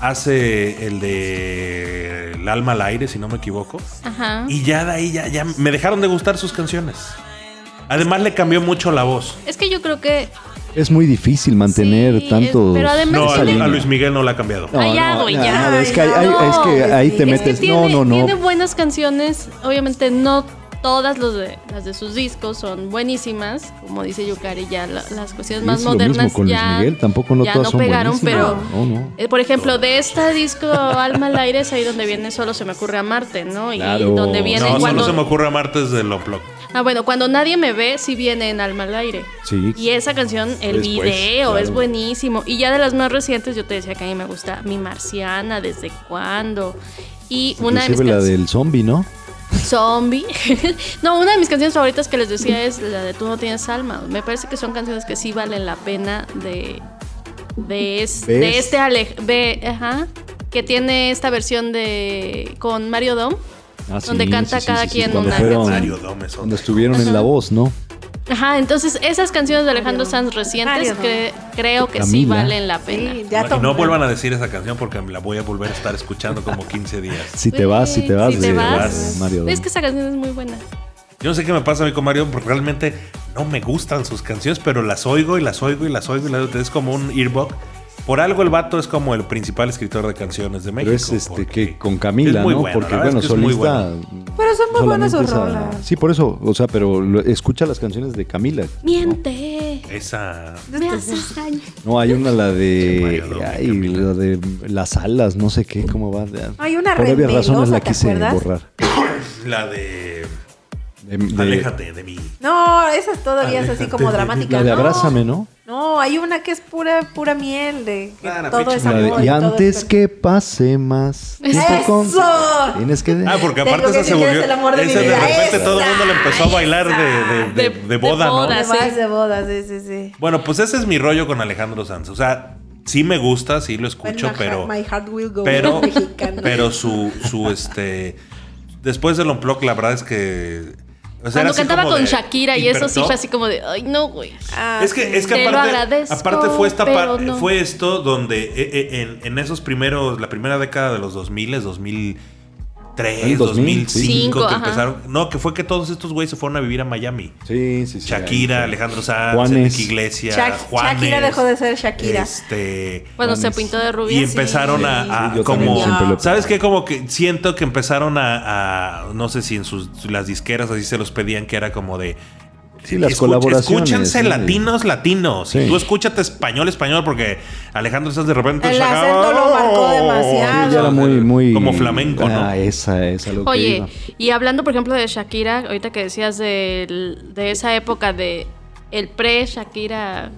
hace el de El alma al aire, si no me equivoco.
Ajá.
Y ya de ahí, ya, ya me dejaron de gustar sus canciones. Además, le cambió mucho la voz.
Es que yo creo que
Es muy difícil mantener
Sí,
tanto.
es- pero además
No, a,
esa
Lu-
línea.
a Luis Miguel no la ha cambiado.
No,
Ay, pues ya,
no,
güey,
no,
ya.
no, es que, ahí- ahí-
No,
es que ahí te
es que
metes.
tiene,
no, pues no, no.
tiene buenas canciones. Obviamente no Todas los de- las de sus discos son buenísimas. Como dice Yukari, ya la- las cuestiones más
es lo
modernas
mismo con Luis
ya,
Miguel, tampoco no
ya
todas
no
son
pegaron,
buenísimas.
pero
No, no.
eh, Por ejemplo, de este disco Alma al aire es ahí donde viene Solo se me ocurre a Marte, ¿no? Y
Claro.
donde
No,
viene
solo
cuando...
se me ocurre a martes del Unplugged.
Ah, bueno, cuando nadie me ve, sí viene en Alma al aire.
Sí.
Y esa canción, el
Después,
video es
claro.
buenísimo. Y ya de las más recientes, yo te decía que a mí me gusta Mi Marciana, ¿desde cuándo? Y una de mis Ah,
Inclusive la
canciones-
del zombie, ¿no?
Zombie. no, una de mis canciones favoritas que les decía es la de Tú no tienes alma. Me parece que son canciones que sí valen la pena de, de, es- de
¿Ves?
este Ale, de- ajá, que tiene esta versión de con Mario Dom.
Ah, sí,
Donde canta
sí, sí,
cada
sí, sí,
quien
cuando
una
fueron-
Mario Dom es otra.
Cuando estuvieron en La Voz, ¿no?
Ajá, entonces esas canciones de Alejandro
Mario-
Sanz recientes
Mario Dom.
cre- creo que sí
Camila.
valen la pena.
Sí,
No,
ya
y no
tomó.
vuelvan a decir esa canción porque me la voy a volver a estar escuchando como 15 días.
Si te vas, si te vas,
Si
de-
te
de
vas.
Mario
Es
Dom.
que esa canción es muy buena.
Yo no sé qué me pasa a mí con Mario porque realmente no me gustan sus canciones, pero las oigo y las oigo y las oigo y las oigo. Es como un earbug. Por algo el vato es como el principal escritor de canciones de México.
Pero es este
porque
que con Camila,
es muy
¿no?
bueno,
Porque
la verdad
bueno,
es que es muy
solista.
Pero son muy buenas sus
solamente esa-
rolas.
Sí, por eso, o sea, pero lo- escucha las canciones de Camila.
Miente.
Esa.
Me
pues,
haces daño.
No, hay una la de
Mario Dom y
ay,
Camila.
la de las alas, no sé qué, cómo va. de-
Hay una
Por obvias razones
remelosa,
la
¿te
quise
acuerdas?
borrar.
La de.
De- de-
Aléjate de mí.
No, esa es todavía es así
Aléjate
como
de mí.
dramática.
La de
no.
abrázame, ¿no?
No, hay una que es pura, pura miel de que
Ah, la
todo
pinche
es
La de,
amor.
y
todo es
antes
perfecto".
que pase más. tiempo
¡Eso!
tienes que.
Ah, porque
Tengo
aparte
que
esa se
decir que
volvió.
eres el amor de mi
esa de
vida.
repente
Esa,
todo el mundo la empezó a bailar de, de- de-
De-
de boda,
de
¿no?
boda.
De
Así.
vals de bodas, sí, sí, sí.
Bueno, pues ese es mi rollo con Alejandro Sanz. O sea, sí me gusta, sí lo
When
escucho,
my
pero.
heart- My heart will go
Pero,
mexicano.
pero su, su este. Después del Unplugged, la verdad es que. o sea, era
Cuando
así
cantaba
como
con
de
Shakira y eso sí
hipertop.
fue así como de, ay, no, güey.
Ah,
Es que,
sí.
es que
Te lo
aparte,
agradezco,
aparte fue esta
pero
par-
no.
fue esto donde eh, eh, en, en esos primeros, la primera década de los 2000, 2003,
El 2000,
2005,
sí.
Cinco,
que
ajá.
empezaron, no, que fue que todos estos güeyes se fueron a vivir a Miami.
Sí, sí, sí.
Shakira, Alejandro Sanz,
Juanes.
Enrique Iglesias,
Shak-
Juanes.
Shakira dejó de ser Shakira.
Este,
Cuando se
Mames.
pintó de rubia.
y empezaron
sí.
a, a
Sí, yo también
como
siempre lo-
sabes qué como que siento que empezaron a, a- no sé si en sus las disqueras así se los pedían que era como de
Sí, las
escuch-
colaboraciones,
escúchense
sí.
latinos latinos y
Sí.
tú escúchate español español porque Alejandro Sanz de repente
El
sacaba-
acento lo marcó
¡Oh!
demasiado.
Sí, ya era muy, muy.
como flamenco no
Ah, esa, esa lo que
Oye,
iba.
y hablando por ejemplo de Shakira, ahorita que decías del- de, esa época de el pre-Shakira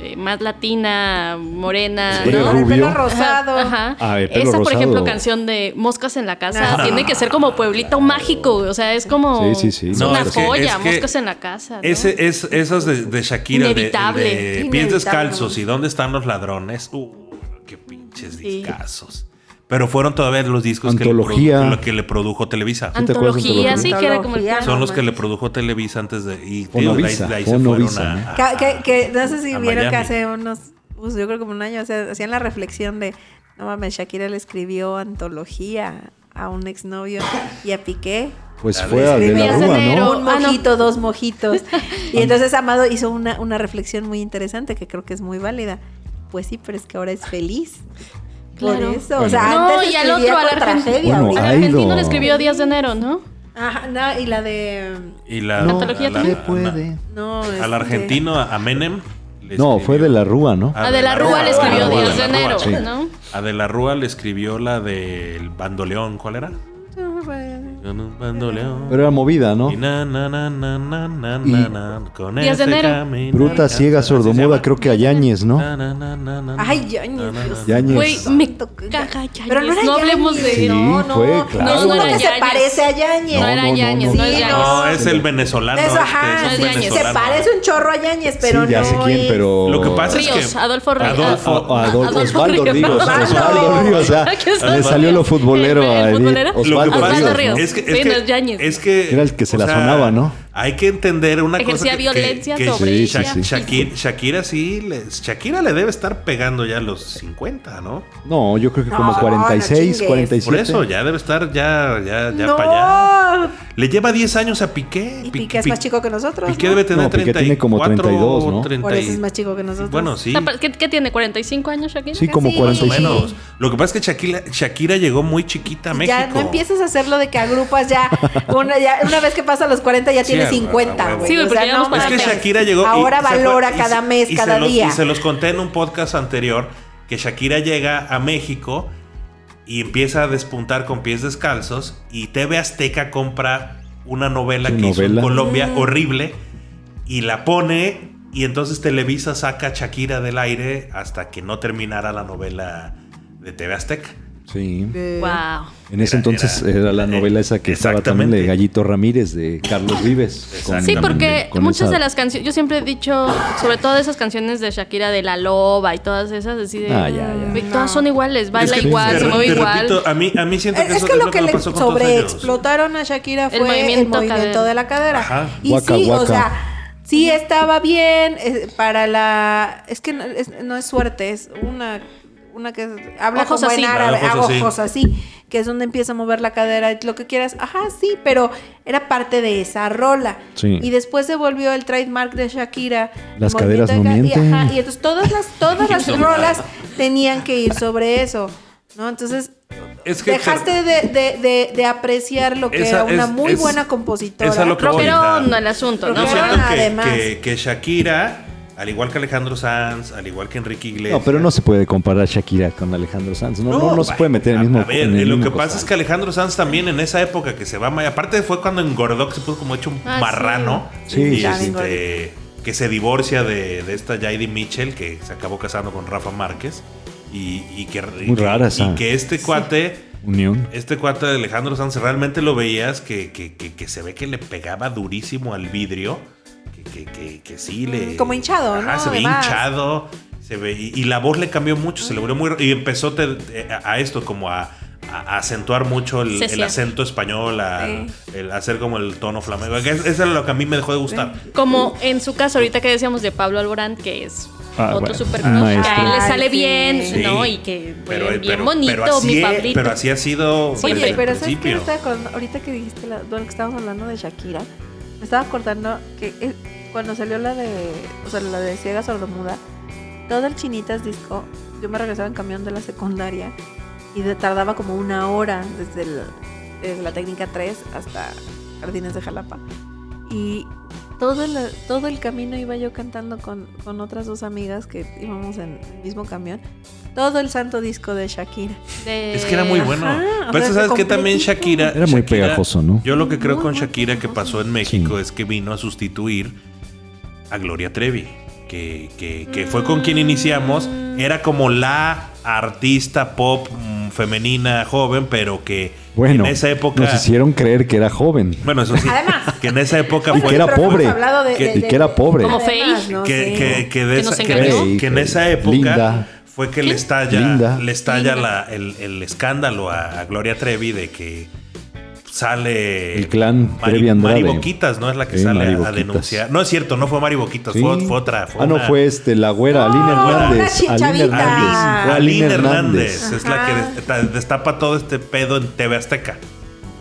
eh, más latina, morena,
Sí,
Con
¿no?
el pelo
Rubio.
rosado.
Ajá.
A ver, Ah, pelo
Esa, por ejemplo,
rosado.
canción de Moscas en la casa
Ah.
tiene que ser como pueblito mágico, güey. o sea, es como
Sí, sí, sí.
es
No,
una
es
que-
joya,
es que
Moscas en la casa. ¿no?
Ese, es, esas de, de Shakira, de-
Inevitable.
de, pies
Inevitable.
descalzos y dónde están los ladrones. Uh, qué pinches discazos. Pero fueron todavía los discos que le,
Antología.
produ- lo que le produjo Televisa.
te acuerdas de
Antología,
Antología?
sí, que era como el
Antología.
plan.
Son los que le produjo Televisa antes de. Y tío, de ahí,
Fonovisa,
de ahí se
Fonovisa,
fueron a-
¿no?
a-
Ca- Que, que no sé si
a
vieron que
Miami.
hace unos, pues, yo creo que como un año, o sea, hacían la reflexión de, no mames, Shakira le escribió antología a un exnovio y a Piqué.
Pues
la
fue
de-
a de la
Escribías
Rúa,
enero.
¿no?
Un
Ah, no.
mojito, dos mojitos. Y entonces Amado hizo una, una reflexión muy interesante que creo que es muy válida. Pues sí, pero es que ahora es feliz.
Claro.
Por eso. O
Bueno.
sea,
No,
antes
y al
escribía con
otro, al argentino.
tragedia.
Bueno,
El
ahorita-
Ay,
argentino
no.
le escribió Días de Enero, ¿no?
Ajá, no, y la de...
y la,
No,
a la-
Antología
a la-
se puede.
No,
al
este-
argentino, a a Menem. le
No,
escribió-
fue de la Rúa, ¿no?
Ah,
A De La Rúa le escribió
a De La
Días de
Rúa,
Enero,
sí.
¿no?
A De la Rúa le escribió la del bandoleón. ¿Cuál era? Un bandoleón.
Pero era movida, ¿no?
Y na, na, na, na, na, na, na, na, con
Días de
ese
enero.
camino.
Bruta,
Así
ciega,
se llama. Ah.
sordomuda, creo que a Yáñez, ¿no?
Na, na, na, na, na, na.
Ay, Yañez,
Na, na,
Dios.
na.
Yañez.
Güey, me
Exacto.
caga Yañes.
Pero no era Yañez.
hablemos de
Sí,
no, no,
fue,
no,
claro.
es
No,
uno
no era
que se
Yañez.
parece a Yañez.
No, era Yañez, no es
Sí,
Yañez.
No, es el
venezolano.
venezolano.
Eso,
este,
ajá,
es
ah, sí,
un
Yañez.
se
venezolano.
parece un chorro a Yañez, pero
sí, ya
no
sé quién,
es-
pero.
Lo que pasa es
Ríos,
que-
Adolfo Ríos.
Adolfo-
O- o Ah, Adolfo,
Adolfo
Osvaldo
Ríos.
Ríos.
Osvaldo.
Osvaldo Ríos, o sea,
Aquí está
le
Ríos.
salió lo futbolero
¿El-
a
el
Edith.
futbolero?
Lo que
Osvaldo
pasa
Ríos.
Ríos.
¿no?
es que, es
Sí,
que-
no es Yañez.
es que-
Era el que se
o
la
sea,
sonaba, ¿no?
Hay que entender una
Ejercía
cosa. que-
violencia
que, que
sobre
Sí, sí,
ella.
sí.
Shakira, Shakira sí, le- Shakira le debe estar pegando ya los 50, ¿no?
No, yo creo que como
No,
46,
no chingues.
47.
Por eso, ya debe estar ya, ya, ya
no.
para allá. Le lleva 10 años a Piqué.
Y
Pi-
Piqué es
Pi-
más chico que nosotros.
Piqué
¿no?
debe tener
No, Piqué
34
tiene como 32, ¿no?
30
Por
y-
eso es más chico que nosotros.
Bueno, sí.
Está- ¿Qué, qué tiene? ¿45 años Shakira?
Sí, como
Sí.
Más o
45.
menos. Lo que pasa es que Shakira, Shakira llegó muy chiquita a México.
Ya no empieces a hacer lo de que agrupas ya. Una, ya, una vez que pasa los 40 ya
Sí, a-
tienes
a
50,
huevo.
güey.
Sí, güey, porque ya vamos
Es
mames.
que Shakira llegó. y-
Ahora
¿se acuer-
valora
y se-
cada mes,
y se
cada
los-
día.
Y se los conté en un podcast anterior que Shakira llega a México y empieza a despuntar con pies descalzos y TV Azteca compra una novela
Su
que hizo en
novela.
Colombia
Mm.
horrible y la pone y entonces Televisa saca a Shakira del aire hasta que no terminara la novela de TV Azteca.
Sí.
Eh,
Wow.
En ese
Era-
entonces
era-
era, la novela esa que estaba también
Exactamente.
de Gallito Ramírez, de Carlos Vives. con-
Sí, porque
con
muchas
esa-
de las canciones, yo siempre he dicho, sobre todo esas canciones de Shakira de La Loba y todas esas, así de...
Ah, ya, ya.
"Güey, Todas
No.
son iguales, baila
Es que-
igual,
te
se
re-
mueve
te
igual.
repito, a mí, a mí siento
Es,
que
es
eso
que
es
lo que
me
le
pasó con todos ellos.
sobreexplotaron a Shakira fue el movimiento,
movimiento cadera.
de la cadera.
Ajá.
Y
Guaca,
sí, o
guaca.
sea, sí estaba bien eh, para la... Es que no es, no es suerte, es una... Una que es- habla
Ojos
como
así.
en árabe,
Ah,
hago
ojos así.
cosas así, que es donde empieza a mover la cadera, lo que quieras, ajá, sí, pero era parte de esa rola.
Sí.
Y después se volvió el trademark de Shakira.
Las
el
caderas no
movimiento de ca- y,
mienten.
ajá, y entonces todas las, todas las rolas tenían que ir sobre eso, ¿no? Entonces
Es que-
dejaste de, de- de- de apreciar lo que
Esa
era una
es-
muy
es-
buena compositora.
esa lo que voy.
Pero
Ahorita.
no el asunto,
Pero
¿no?
Yo
claro,
siento
además.
que, que- que Shakira, al igual que Alejandro Sanz, al igual que Enrique Iglesias.
No, pero no se puede comparar Shakira con Alejandro Sanz. No, no, no, se
bueno,
puede meter en
a-
el mismo.
A ver,
en el
lo que
mismo
pasa es que
costal.
Alejandro Sanz también en esa época que se va a Maya, aparte fue cuando engordó, que se puso como hecho un
Ah, sí.
marrano.
Sí,
y
sí,
sí.
este, que se divorcia de, de esta Jaidi Mitchell, que se acabó casando con Rafa Márquez. Y, y que,
Muy rara esa.
y que este cuate.
Unión.
Este cuate de Alejandro Sanz, realmente lo veías que, que- que- que se ve que le pegaba durísimo al vidrio. Que, que, que- que sí le.
Mm, como hinchado,
Ajá,
¿no?
Se ve
Además.
hinchado. Se ve, y, y la voz le cambió mucho, se le volvió muy. Y empezó te- eh, a, a esto, como a, a- a acentuar mucho el,
Se
el
siente.
acento español, a,
Sí.
el hacer como el tono flamenco. que es- Eso es lo que a mí me dejó de gustar.
Como en su caso ahorita que decíamos de Pablo Alborán, que es
Ah,
otro
bueno,
super
un maestro.
que a él le
Ay,
sale
sí.
bien,
Sí.
¿no? Y que pues,
Pero,
bien
pero-
bonito,
pero así,
mi
es-
Pablito.
pero así ha sido
Sí,
desde
Oye,
el
pero ¿sabes qué?
principio.
Ahorita, con- ahorita que dijiste la- de lo que estábamos hablando de Shakira, me estaba acordando que eh, cuando salió la de, o sea, la de Ciega Sordomuda, todo el Chinitas disco, yo me regresaba en camión de la secundaria y de- tardaba como una hora desde, el- desde la técnica 3 hasta Jardines de Jalapa. Y todo el, todo el camino iba yo cantando con, con otras dos amigas que íbamos en el mismo camión. Todo el santo disco de Shakira.
De-
Es que era muy bueno.
Ajá, o
Pero
sea,
eso, ¿sabes
que
que también
completito.
Shakira.
Era muy
Shakira-
pegajoso, ¿no?
Yo lo que creo
Muy,
con
muy
Shakira que
pegajoso.
pasó en México
Sí.
es que vino a sustituir a Gloria Trevi, que, que- que fue con quien iniciamos. Era como la artista pop mm, femenina joven, pero que
Bueno,
en esa época.
nos hicieron creer que era joven.
Bueno, eso sí.
Además.
que en esa época
Y
fue.
que era
Pero hemos
pobre.
hablado de-
Que-
de-
y
de-
que era pobre.
Como
Además,
fake.
¿no?
que,
Sí.
que- que de
Que
esa-
nos
que
engañó.
en- que en
Fake,
esa
fake.
época
Linda.
fue que le estalla,
Linda.
le estalla
Linda.
la- el, el escándalo a, a Gloria Trevi de que sale
El clan
Mari,
Trevi Andrade.
Mari Boquitas, ¿no? Es la que
Sí,
sale
Mari
a- a,
Boquitas.
denunciar. No es cierto, no fue Mari Boquitas,
Sí.
fue, fue otra. fue
ah, no,
una-
fue este, la güera, Alina
No, una
Hernández. Alina
Ah, chichavita.
Hernández. Fue
Aline Hernández, es la que
Ajá.
desta- destapa todo este pedo en TV Azteca.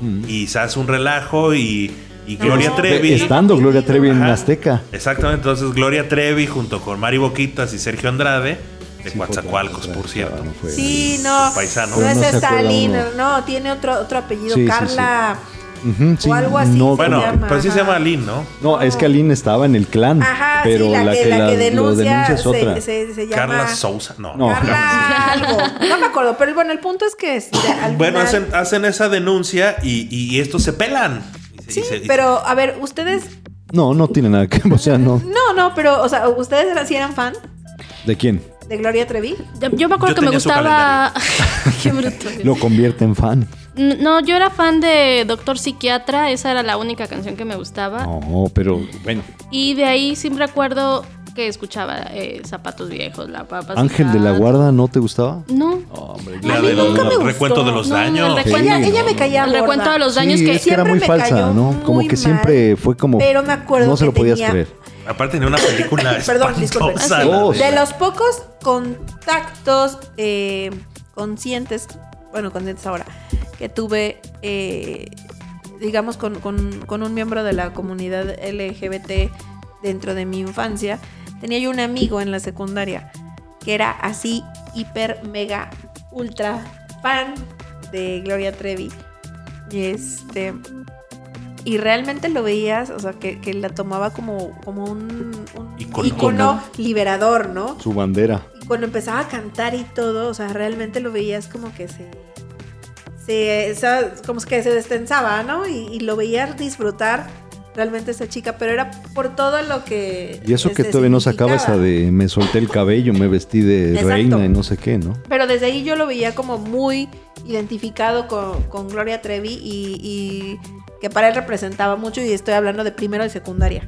Mm.
Y se hace un relajo y, y
No,
Gloria Trevi.
Estando Gloria Trevi en
Ajá.
Azteca.
Exactamente, entonces Gloria Trevi junto con Mari Boquitas y Sergio Andrade, de
Sí, fue
Coatzacoalcos,
otra,
por
otra,
cierto.
no fue-
Sí, no.
paisano.
No
Pero
es
no se
esta
acuerda
Lina,
uno.
no, tiene otro, otro apellido,
Sí, sí, sí.
Carla.
Ujú, sí,
algo así
no,
se
Bueno,
como-
llama,
pero sí se
ajá.
llama Aline, ¿no?
No, es que Aline estaba en el clan.
Ajá,
pero
sí,
la, que, la- lo denuncia es
se-
otra.
Se, se llama
Carla Sousa, no.
No.
Carla algo. No me acuerdo, pero bueno, el punto es que. es- al
Bueno,
final-
hacen, hacen esa denuncia y, y estos se pelan. Y se-
Sí,
y se- y se-
pero a ver, ustedes.
No, no tiene nada que ver. O sea, no.
No, no, pero, o sea, ¿ustedes eran- sí eran fan
¿De quién?
de Gloria Trevi?
Yo, yo me acuerdo
Yo
que me
tenía su
gustaba... Qué bruto.
Lo convierte en fan.
N- No, yo era fan de Doctor
Ah.
Psiquiatra, esa era la única canción que me gustaba.
No, pero bueno.
Y de ahí siempre acuerdo que escuchaba eh, Zapatos Viejos, La Papa.
¿Ángel de la Guarda no te gustaba?
No.
Hombre,
La
A mí
del
nunca me
recuento
gustó.
de los
No,
daños.
el
Ella,
Sí,
ella
no,
me
no.
caía
El
gorda.
recuento de los daños
Sí,
que...
es que era
siempre
muy
me
falsa,
cayó
¿no? Como
muy
que siempre fue como.
Pero me acuerdo
No se
que
lo podías
tenía-
creer.
Aparte tenía una película
Perdón, disculpe.
espantosa.
Oh,
la
De
de-
los pocos contactos eh, conscientes, bueno, conscientes ahora, que tuve, eh, digamos, con, con- con un miembro de la comunidad LGBT dentro de mi infancia, tenía yo un amigo en la secundaria que era así, hiper, mega, ultra fan de Gloria Trevi. Y este. Y realmente lo veías, o sea, que, que la tomaba como, como un, un
Icono.
icono liberador, ¿no?
Su bandera.
Y cuando empezaba a cantar y todo, o sea, realmente lo veías como que se. se esa- como que se destensaba, ¿no? Y, y lo veías disfrutar realmente esa chica, pero era por todo lo que.
Y eso que
este,
todavía no sacaba
significaba.
esa de me solté el cabello, me vestí de
Exacto.
reina y no sé qué, ¿no?
Pero desde ahí yo lo veía como muy identificado con, con Gloria Trevi y, y que para él representaba mucho y estoy hablando de primero y secundaria.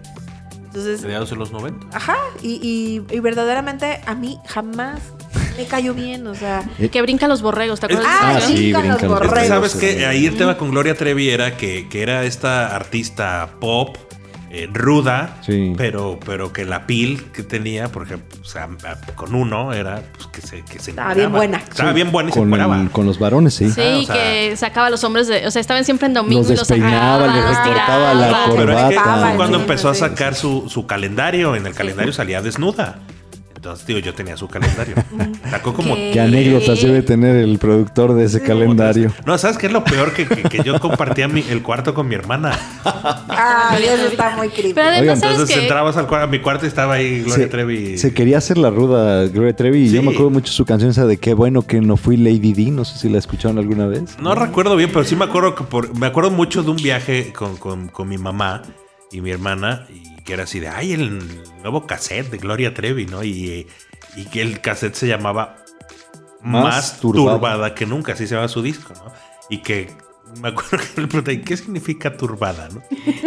Entonces,
Mediados de los 90.
ajá, y, y- y verdaderamente a mí jamás me cayó bien, o sea...
Que brinca los borregos, ¿te acuerdas? de esa
Ah,
Ah,
canción?
sí,
sí, con los
brincan
Es
los
que
borregos.
sabes que
Borregos.
ahí el tema con Gloria Trevi era que, que era esta artista pop, eh, ruda,
Sí.
pero, pero que la piel que tenía, por ejemplo, o sea, con uno era pues, que se, que se
Estaba bien
encueraba.
buena.
Estaba bien buena y se
Con,
encueraba.
el- con los varones, ¿eh? sí.
Sí,
Ah, o sea-
que sacaba a los hombres de... O sea, estaban siempre en domingo
Los
y los
despeinaba,
sacaba,
les
los
recortaba la
tiraba.
Pero es que
corbata.
fue cuando
Ah,
empezó a
sí.
sacar su, su calendario, en el calendario salía desnuda. Entonces, digo, yo tenía su calendario.
Mm.
Sacó como
¿Qué?
¿Qué anécdotas
Sí.
debe tener el productor de ese calendario?
No, ¿sabes qué es lo peor? Que, que- que yo compartía mi- el cuarto con mi hermana.
Ah, eso está muy creepy.
Pero además,
Oigan,
¿sabes
Entonces
qué?
entrabas al cuarto, a mi cuarto y estaba ahí Gloria
se,
Trevi.
se quería hacer la ruda Gloria Trevi y yo
Sí.
me acuerdo mucho su canción esa de qué bueno que no fui Lady D, no sé si la escucharon alguna vez.
No recuerdo bien, pero sí me acuerdo que por- me acuerdo mucho de un viaje con, con- con mi mamá y mi hermana, y que era así de ay, el nuevo cassette de Gloria Trevi, ¿no? Y, eh, y que el cassette se llamaba Más,
Más
turbada.
turbada.
que nunca, así se llama su disco, ¿no? Y que me acuerdo que le pregunté, ¿qué significa turbada? no?"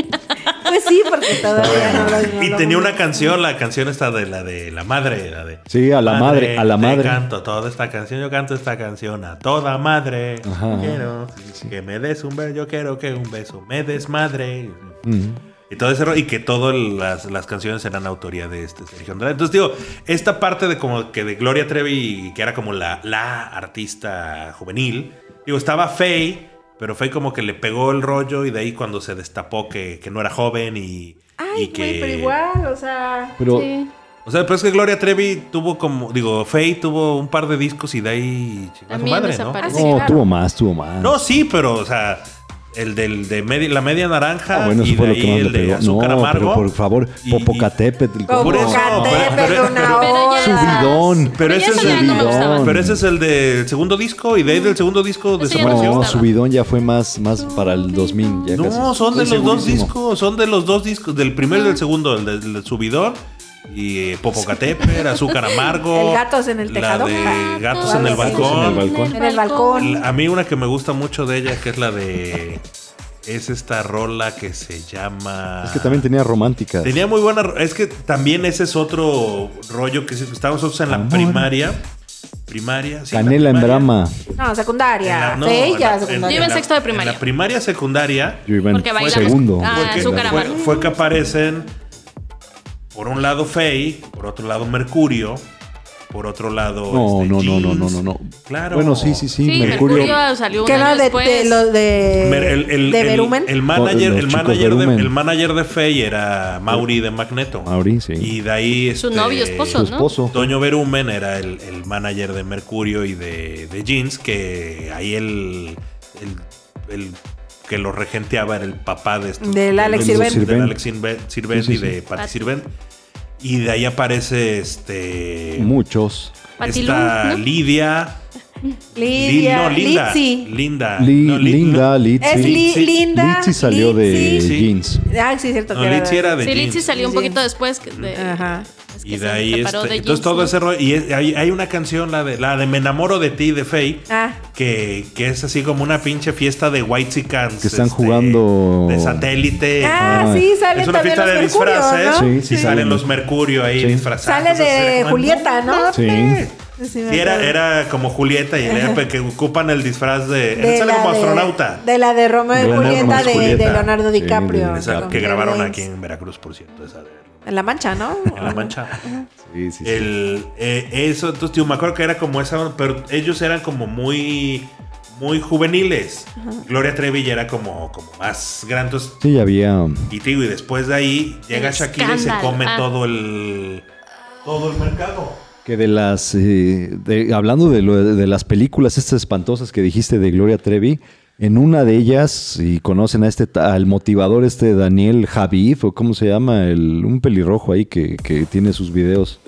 Pues sí, porque todavía no lo no
Y
lo-
tenía una canción, la canción esta de la de la madre, la de
Sí, a la madre, a la
te
madre.
canto toda esta canción, yo canto esta canción a toda madre.
Ajá.
Quiero
sí.
que me des un beso, yo quiero que un beso me des madre.
Mm.
Y todo ese ro- y que todas las, las canciones eran autoría de este Sergio Andrade. Entonces digo, esta parte de como que de Gloria Trevi, que era como la, la artista juvenil, digo, estaba Faye, pero Faye como que le pegó el rollo y de ahí cuando se destapó que, que no era joven y, y
Ay,
que...
güey, pero igual, o sea...
Pero
Sí.
O sea, pero es que Gloria Trevi tuvo como, digo, Faye tuvo un par de discos y de ahí... chingó a su
También
madre, ¿no?
desapareció.
Ah, sí,
no,
claro.
tuvo más, tuvo más.
No, sí, pero, o sea, el del de media- la media naranja
Ah, bueno,
y
eso fue
de
lo que
ahí
más
el
me
de
pegó.
azúcar
No,
amargo.
pero por favor,
Y- y-
Popocatépetl. Ah,
Por eso,
Popocatépetl,
pero-
una
pero ya-
hora.
Subidón.
Pero ese,
eso
es
ya
el,
no me gustaba.
pero ese es el del segundo disco y de ahí del segundo disco
Ese ya no me
desapareció.
No,
gustaba.
Subidón ya fue más, más para el 2000. Ya
No, son de
casi.
los
Estoy
dos
segurísimo.
discos, son de los dos discos, del primero y del segundo, el del, del subidor y eh, Popocatépetl, Azúcar Amargo.
El Gatos en el
la
Tejado.
de Gatos
Ah,
en el
Gatos
en el
Balcón.
balcón.
En el balcón.
La- A mí una que me gusta mucho de ella, que es la de... Es esta rola que se llama...
Es que también tenía románticas.
Tenía muy buena. ro- Es que también ese es otro rollo que sí, estábamos nosotros en la
Amor.
primaria. Primaria. sí, la
Canela en
primaria.
brama.
No,
En
secundaria.
la- no,
Fe,
en
ya
la-
secundaria.
Yo iba en sexto de primaria.
En la primaria secundaria
Yo iba en
Porque bailamos-
segundo.
Ah,
fue que,
azúcar
fue-
amargo.
fue que aparecen por un lado Faye, por otro lado Mercurio, por otro lado.
No,
este,
no, no, no, no,
Jeans.
no, no.
Claro.
Bueno, sí, sí, sí.
Sí,
Mercurio.
Mercurio, salió un
¿Qué era
año
de,
después.
de lo de,
Mer- el, el-
de
el-
Verumen?
el manager,
Los
el,
chicos
manager de,
Verumen.
el manager de Faye era Mauri de Magneto.
Mauri, sí.
Y de ahí.
Su
este,
novio, esposo,
Su
¿no?
esposo.
Toño Berumen era el, el manager de Mercurio y de, de Jeans, que ahí el, el- el que lo regenteaba era el papá de estos-
Del
de
Alex
los-
Sirven.
del Alex Sirven, Sirven
Sí, sí,
y de
sí.
Patti
Patti.
Sirven. Y de ahí aparece este
Muchos.
Patilú,
esta
¿no?
Lidia. Lin-
Lidia,
no, Linda.
Litsi.
Linda.
Li-
Ah, no, Lin-
Linda, Litsi.
Es Li-
Litsi.
Linda.
Litsi salió de
Litsi.
Sí.
jeans.
Ah, sí, es cierto.
No,
que era
Litsi era de
Sí,
Jeans.
Litsi salió
Sí,
un
sí.
poquito después. que- de-
Ajá.
Es
Y
que
de
se
ahí
separó
este,
de
entonces
James
todo
Smith.
ese rollo y es- hay, hay una canción la de la de Me enamoro de ti de Faye
Ah.
que, que es así como una pinche fiesta de White Sicans
Que están jugando-
de satélite.
Ah,
Ah,
sí, salen
es una
también
fiesta
los
de
Mercurio,
disfraces.
¿no?
Sí,
Sí, sí, sí.
salen los Mercurio ahí
Sí.
disfrazados.
Sale
así
de
como,
Julieta, ¿no?
Sí.
Sí, me
ah, Sí, era,
acuerdo.
era como Julieta y era que ocupan el disfraz de. él sale como astronauta.
De, la de Romeo
De
y
la de
Julieta
Romeo y
de, de
Julieta.
Leonardo
Sí,
DiCaprio.
de-
Esa
con
que
Claire
grabaron
Danes.
aquí en Veracruz, por cierto, esa de
En La Mancha, ¿no?
en La Mancha.
Sí, sí, sí.
El, eh, eso, entonces, tío, me acuerdo que era como esa, pero ellos eran como muy, muy juveniles. Gloria Trevi ya era como, como más grande. entonces,
Sí, ya había. um,
y tío, y después de ahí llega
El
Shakira y se
escándalo.
come
Ah.
todo el, todo el mercado.
Que de las. eh, de- hablando de, lo- de las películas estas espantosas que dijiste de Gloria Trevi, en una de ellas, y conocen a este, ta- al motivador este Daniel Javif, o cómo se llama, el, un pelirrojo ahí que, que tiene sus videos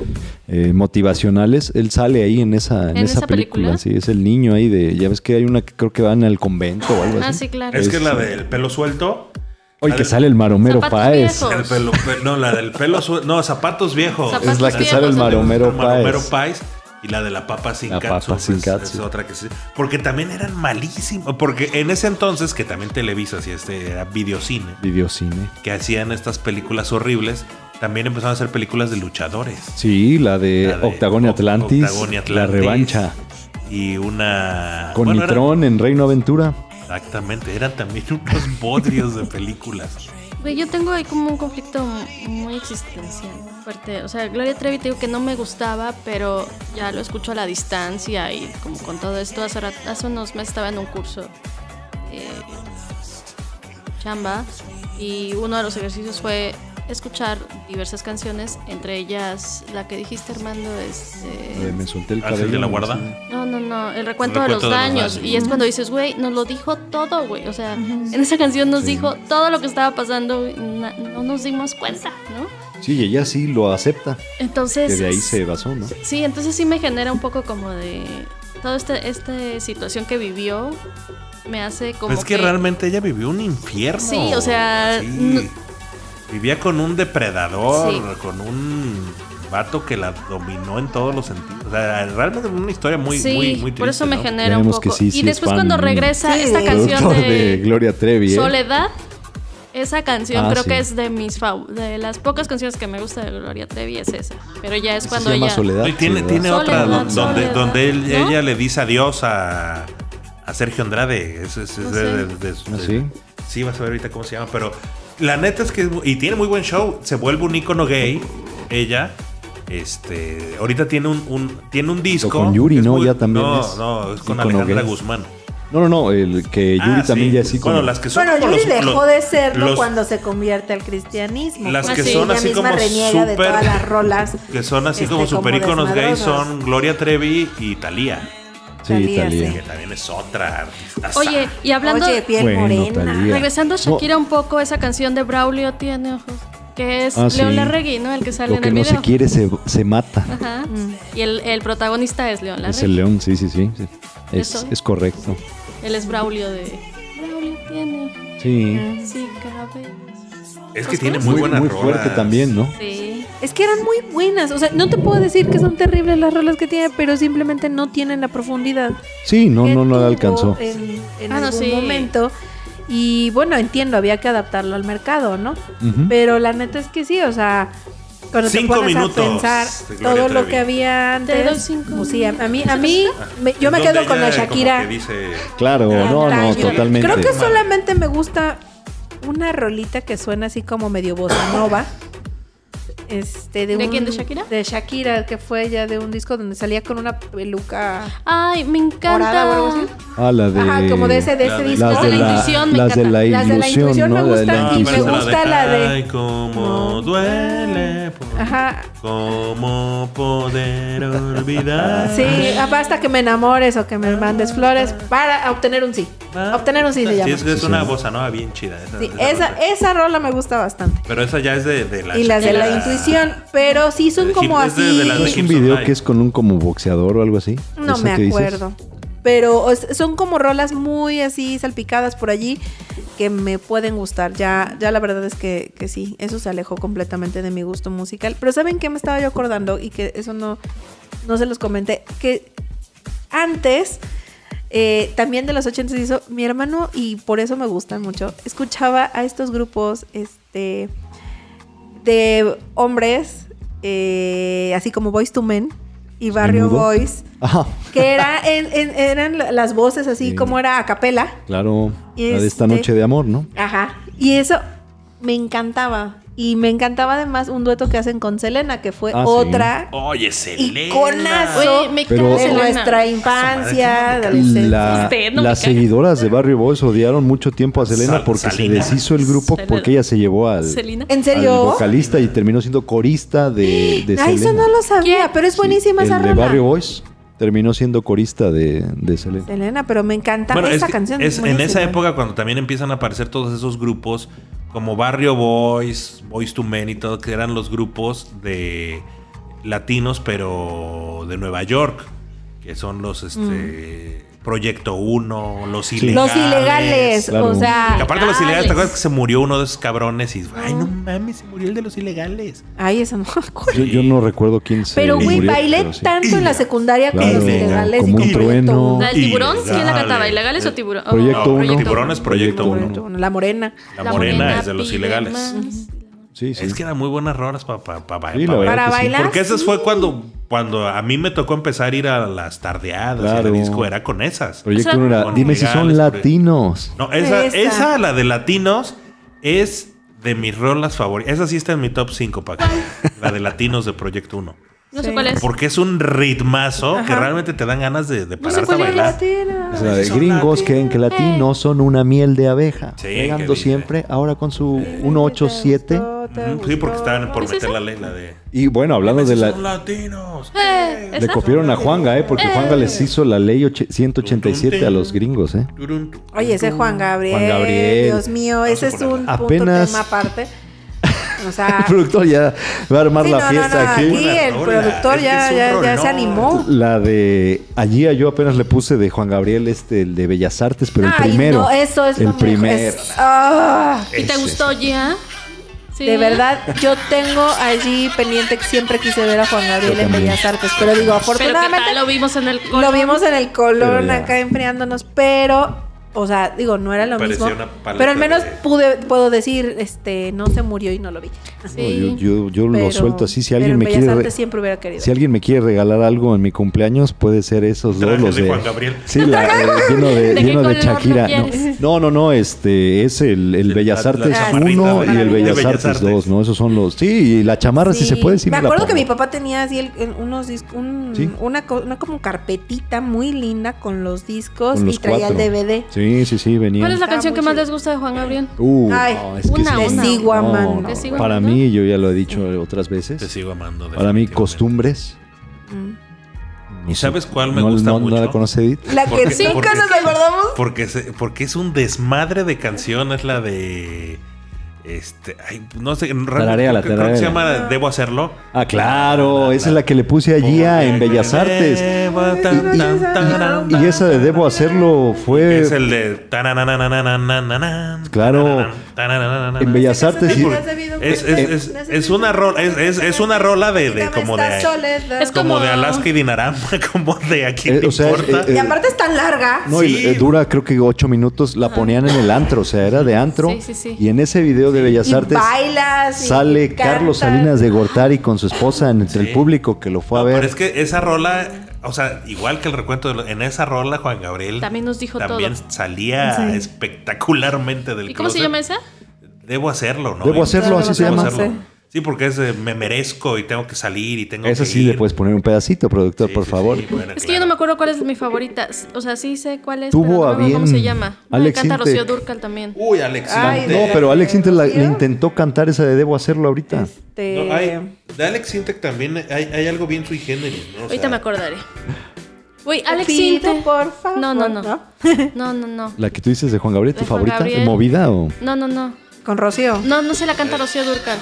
eh, motivacionales, él sale ahí en esa, en
¿En
esa
esa
película.
película?
Sí, es el niño ahí de. Ya ves que hay una que creo que van al convento o algo
Ah,
así.
sí, claro.
Es que es la
Es-
del pelo suelto.
Oye,
la
que
del-
sale el maromero
Zapatos
Páez.
viejos.
El pelo, pe- no, la del pelo suelto. No, zapatos viejos.
Zapatos
Es la que
viejos,
sale el
¿no?
maromero
Maromero
Páez.
Páez y la de la papa sin
La
catsup
papa sin
es,
catsup.
es otra que sí. Porque también eran malísimos. Porque en ese entonces, que también Televisa hacía este era videocine,
Videocine.
que hacían estas películas horribles, también empezaron a hacer películas de luchadores.
Sí, la de,
La de
Eh, Octagon y
Oc-
Atlantis,
Octagon y
La
Atlantis.
revancha.
Y una.
Con
Ah, bueno, era-
Nitrón en Reino Aventura.
exactamente, eran también unos bodrios de películas.
Güey, yo tengo ahí como un conflicto m- muy existencial, muy fuerte. O sea, Gloria Trevi te digo que no me gustaba, pero ya lo escucho a la distancia y como con todo esto. Hace, rat- hace unos meses estaba en un curso eh, chamba y uno de los ejercicios fue escuchar diversas canciones, entre ellas la que dijiste, Armando, es...
Eh, Me solté el
Ángel
cabello.
de la guarda.
No, no, no, el recuento,
El recuento de
de, los
los
daños.
daños.
Y es cuando dices, güey, nos lo dijo todo, güey. O sea, en esa canción nos dijo todo lo que estaba pasando, güey, na- no nos dimos cuenta, ¿no?
Sí, y ella sí lo acepta. Que
Entonces...
de ahí se basó, ¿no?
Sí, entonces sí me genera un poco como de... Toda esta, esta situación que vivió me hace como...
Pues es que, realmente ella vivió un infierno.
Sí, o sea,
Sí.
no-
Vivía con un depredador,
Sí.
con un vato que la dominó en todos los sentidos. O sea, realmente una historia muy,
sí,
muy, muy triste.
por eso me
¿no?
genera
Ya
un
vemos que
poco.
sí, sí
y
es
después
fan,
cuando
¿no?
regresa
Sí.
esta canción
Productor de
de,
Gloria Trevi. ¿eh?
Soledad. Esa canción
Ah,
creo
sí.
que es de mis fav- de las pocas canciones que me gusta de Gloria Trevi es esa. Pero ya es
Esa
cuando
se llama
ya
Soledad.
No, y tiene
sí,
tiene
¿verdad?
otra
Soledad,
don- donde,
Soledad,
donde él-
¿no?
ella le dice adiós a, a Sergio Andrade. Es, es- es
No
de-
sé.
de- de- de-
¿Ah, sí?
sí, vas a ver ahorita cómo se llama. Pero la neta es que. es mu- Y tiene muy buen show. Se vuelve un ícono gay. Ella. Este, ahorita tiene un, un- tiene un disco.
con Yuri,
que es
¿no? Ya también
No,
es
no, es con
ícono
Alejandra
gay.
Guzmán.
No, no, no. El que Yuri
Ah,
también
sí.
ya sí.
Bueno, las que son
Bueno,
como
Yuri
los-
dejó
los-
de serlo
los-
cuando se convierte al cristianismo.
Las
pues,
que
sí,
son
ella
así
misma
como
reniega de
súper-
todas las rolas.
que son así
este,
como super íconos gays
desmadrosas.
son Gloria Trevi y Thalía,
Sí,
Talía,
Talía.
que también es otra artista.
Oye, y hablando
Oye, piel
Bueno,
morena.
Talía.
regresando a Shakira un poco, esa canción de Braulio tiene ojos, que es
Ah,
León
sí.
Larregui, ¿no? El que sale
Lo
en
que
el
no
video.
se quiere se, se mata.
Ajá. Y el, el protagonista es León
Es
Larregui.
el león, sí, sí, sí. sí. Es,
Eso.
es correcto.
Él es Braulio de Braulio tiene
Sí.
sí cabellos.
es que
pues,
tiene muy,
Muy,
buena
muy fuerte también, ¿no?
Sí.
Es que eran muy buenas. O sea, no te puedo decir que son terribles las rolas que tiene, pero simplemente no tienen la profundidad.
Sí, no,
que
no, no
tuvo
la alcanzó.
En, en
Ah, no,
algún
sí.
momento. Y bueno, entiendo, había que adaptarlo al mercado, ¿no?
Ujú.
Pero la neta es que sí, o sea, cuando
Cinco
te pones
minutos
a pensar
de Gloria
todo lo
Trevi.
que había antes.
Te doy cinco
pues sí, a a mí, a mí, me- yo me
Donde
quedo con
ella
la
como
Shakira.
que dice,
Claro, no, no,
antaño.
totalmente.
Creo que solamente me gusta una rolita que suena así como medio bossa nova. Este, de,
¿De
un-
quién? ¿De Shakira?
De Shakira, que fue ya de un disco donde salía con una peluca
Ay, me encanta.
morada o algo así.
Ah, la de.
Ajá, como de ese, de ese
Las de
disco.
Las
No,
de
la
la,
intuición me
las de la
encanta.
Las de la
ilusión,
intuición me
¿no? La de la
gustan y me
pero
intuición.
esa
gusta la de-
Ay, cómo
No.
duele. por-
Ajá.
Cómo poder olvidar.
Sí, ah, basta que me enamores o que me mandes flores para obtener un sí. Obtener un sí se
Ah, Sí,
llama.
es, que es
Sí,
una
sí.
bossa nova bien chida. Esa,
Sí,
esa
esa,
rola.
esa rola me gusta bastante.
pero esa ya es de, de la
Y las de la
Shakira.
intuición, pero sí son
Es
como
de- de
así.
las
¿No es un video que es con un como boxeador o algo así?
No
¿Esa
me
que dices?
acuerdo. Pero o sea, son como rolas muy así salpicadas por allí. que me pueden gustar. Ya, ya la verdad es que, que sí, eso se alejó completamente de mi gusto musical. Pero ¿saben qué me estaba yo acordando? Y que eso no, no se los comenté. Que antes, eh, también de los 80 se hizo, mi hermano, y por eso me gustan mucho, escuchaba a estos grupos este, de hombres, eh, así como Boys to Men y Barrio
Menudo.
Boys,
Ajá,
que era en- en- eran las voces así
Sí.
como era a capela.
claro. La de esta
Este-
noche de amor, ¿no?
Ajá. Y eso me encantaba. Y me encantaba además un dueto que hacen con Selena, que fue
Ah, sí.
otra
Oye, Selena.
Iconazo. Eso,
Oey, me
pero-
cae
de
Selena.
nuestra infancia, adolescencia.
La-
este,
Usted no me
las
cae.
seguidoras de Barrio Boys odiaron mucho tiempo a Selena
Sal-
porque se
Salina.
deshizo el grupo
Selena.
porque ella se llevó al,
Selena.
¿En
al
serio?
vocalista y terminó siendo corista de, de
Ah,
Selena.
eso no lo sabía,
¿Qué?
pero es buenísima
Sí,
esa
El de
rola.
Barrio Boys terminó siendo corista de, de Selena.
Selena, pero me encanta
Bueno, es
esa
que
canción.
es ¿eh? en esa
buenísima.
época cuando también empiezan a aparecer todos esos grupos como Barrio Boys, Boys to Men y todo, que eran los grupos de latinos, pero de Nueva York, que son los este, Proyecto 1, los ilegales.
Los ilegales,
Claro.
o
Que
sea,
aparte los ilegales, ¿te acuerdas
Ilegales.
que se murió uno de esos cabrones? Y, ay, no mames, se murió el de los ilegales.
ay, eso no me acuerdo.
Yo, yo no recuerdo quién se
Pero güey,
murió,
bailé
pero sí.
tanto en la secundaria con
Claro,
los ilegales
como
y
un
con Proyecto
trueno.
Uno.
¿La del tiburón? ¿Quién la
Ilegales.
cantaba? ¿Ilegales o tiburón? Oh,
Proyecto
uno.
uno.
Tiburón es Proyecto
Con
uno.
Proyecto Uno, La morena.
La, morena, es de los
pide
ilegales.
más.
Sí, sí.
Es que eran muy buenas rolas para pa, pa- pa-
Sí, la
pa-
verdad
Para
que sí.
bailar.
Porque esas
Ah, sí.
fue cuando, cuando a mí me tocó empezar a ir a las tardeadas y a la
Claro.
disco, era con esas.
Proyecto
O sea,
uno era,
con
dime si son
ilegales, pero-
latinos.
No, esa,
Esa.
esa. la de latinos, es de mis rolas favoritas. Esa sí está en mi top 5, para La de latinos de Proyecto 1.
No
Sí.
sé cuál es.
Porque es un ritmazo que realmente te dan ganas de, de
sé
pararte a
cuál es
bailar.
Latina.
Es la de
Son
gringos creen
Eh.
que latinos son una miel de abeja.
Sí, que
Pegando
dice.
siempre, ahora con su
¿Te
187.
gustó? ¿Te
Ujú, Sí, porque
gustó?
estaban por
¿Es
meter la ley, la de...
Y bueno, hablando de la,
Son latinos.
Eh,
Le
¿esa?
copiaron a Juanga, ¿eh? Porque Juanga les hizo la ley oche- 187 a los gringos, ¿eh?
Turun, turun.
Oye, ese Juan Gabriel,
Juan Gabriel.
Dios mío, ese
a
es
ponerla.
un punto
Apenas-
tema aparte. O sea,
El productor ya va a armar
Ah. sí,
la
no, no,
fiesta
no,
aquí.
aquí el
Hola,
productor
es que
ya,
es un
ya, ya se
rolón.
animó.
La de allí a yo apenas le puse de Juan Gabriel este el de Bellas Artes, pero el
Ay,
primero.
no, eso es
el
lo mejor.
primero.
Es- ah,
¿Y te
Ese,
gustó ya? Sí.
De verdad, yo tengo allí pendiente que siempre quise ver a Juan Gabriel
Yo
en
también.
Bellas Artes, pero digo,
Pero qué
afortunadamente
tal lo vimos en el
lo vimos en el
Pero
Colón
ya.
acá enfriándonos, pero o sea, digo, no era lo
Parecía
mismo,
una paleta
pero al menos
de-
pude puedo decir, este, no se murió y no lo vi.
No,
Sí.
yo yo, yo
Pero-
lo suelto así. Si
pero
alguien
en
me
Bellas
quiere.
Artes
re-
siempre hubiera querido.
Si alguien me quiere regalar algo en mi cumpleaños, puede ser esos dos
Traje
los
de
de
Juan Gabriel.
Sí, la, eh, lleno de,
¿De qué
lleno de
color lo
Shakira.
quieres?
No, no, no, no, este es el, el
Sí,
Bellas
la- la
Artes
chamarrita
1
de-
y el
de
Bellas
Bellas
Artes
Artes.
2, ¿no? Esos son los. Sí, y la chamarra si
Sí,
se puede sí
me
la
acuerdo que
pongo.
mi papá tenía así el- en unos dis- un-
Sí.
una, co- una como carpetita muy linda con los discos
Con los
y traía
cuatro.
el DVD.
Sí, sí, sí, venía.
¿Cuál es la
Está
canción
muy
que más
chido.
les gusta de Juan Gabriel?
Uh,
Ay,
no, es que
una,
sí.
una.
No,
Te
sigo amando.
no,
Te sigo
Para
amando.
mí, yo ya lo he dicho otras veces.
Te sigo amando.
Para mí,
definitivamente.
costumbres.
Mm.
no
¿Y
sé.
sabes cuál me
No-
gusta
no-
mucho?
¿No la conoce Edith?
La
Porque-
que nunca
porque-
nos acordamos.
Porque, se- porque es un desmadre de canción, es la de. Este, ay, no sé, en realidad
Tararéala,
creo que- creo que se
tararéala.
llama Debo hacerlo.
Ah, claro, esa es la que le puse allí a- en Bellas Artes.
Debo tan, tan, tan,
Y esa de Debo hacerlo fue
Es el de. taranananananananan,
Claro.
tarananananananan, taranananananan.
en Bellas Artes. y-
Sí, has sabido
Es,
cuenta.
es, es, es
Has sabido
una rola, es, es, es una rola de, de
Quítame
como de
esta soledad.
Es
como
Como-
de Alaska y Dinarama, como de aquí
Eh,
te
o sea,
importa.
eh,
Y aparte es tan larga.
No, y,
Sí.
eh, dura creo que ocho minutos. La ponían en el antro, o sea, era de antro.
Sí, sí, sí.
Y en ese video de Bellas
y
Artes
bailas. y
sale
cantas.
Carlos Salinas de Gortari con su esposa entre el público que lo fue a
No,
ver.
Pero es que esa rola, o sea, igual que el recuento, de lo- en esa rola Juan Gabriel
También nos dijo
también
todo.
salía espectacularmente del
¿Y cómo se
closet.
llama esa?
Debo hacerlo, ¿no?
Debo hacerlo,
así se
Debo
llama.
hacerlo.
Sí.
Sí, porque es eh, me merezco y tengo que salir y tengo
Eso
que
sí le
ir.
puedes poner un pedacito, productor,
Sí,
por
sí,
favor.
sí, bueno,
Es que yo
claro.
no me acuerdo cuál es mi favorita. O sea, sí sé cuál es,
Tuvo
pero no
a
me acuerdo cómo
bien
se llama. Ah,
Alex
canta
Inte-
Rocío Durcal también.
Uh,
Uy, Alex.
Ay,
Intec.
No,
de-
pero Alex Inter la-
¿Rocío?
le intentó cantar esa de Debo hacerlo ahorita.
Este,
Eh,
No, hay- de Alex Intec también hay, hay algo bien sui generis, ¿no? O
Ahorita
sea,
me acordaré. Uy, Alex
Pito,
Inte.
por favor,
No, no, no.
¿no?
No, no, no.
La que tú dices de Juan Gabriel, tu
De Juan
favorita,
Gabriel.
movida o
No, no, no.
Con Rocío.
No, no se la canta Rocío Durcal.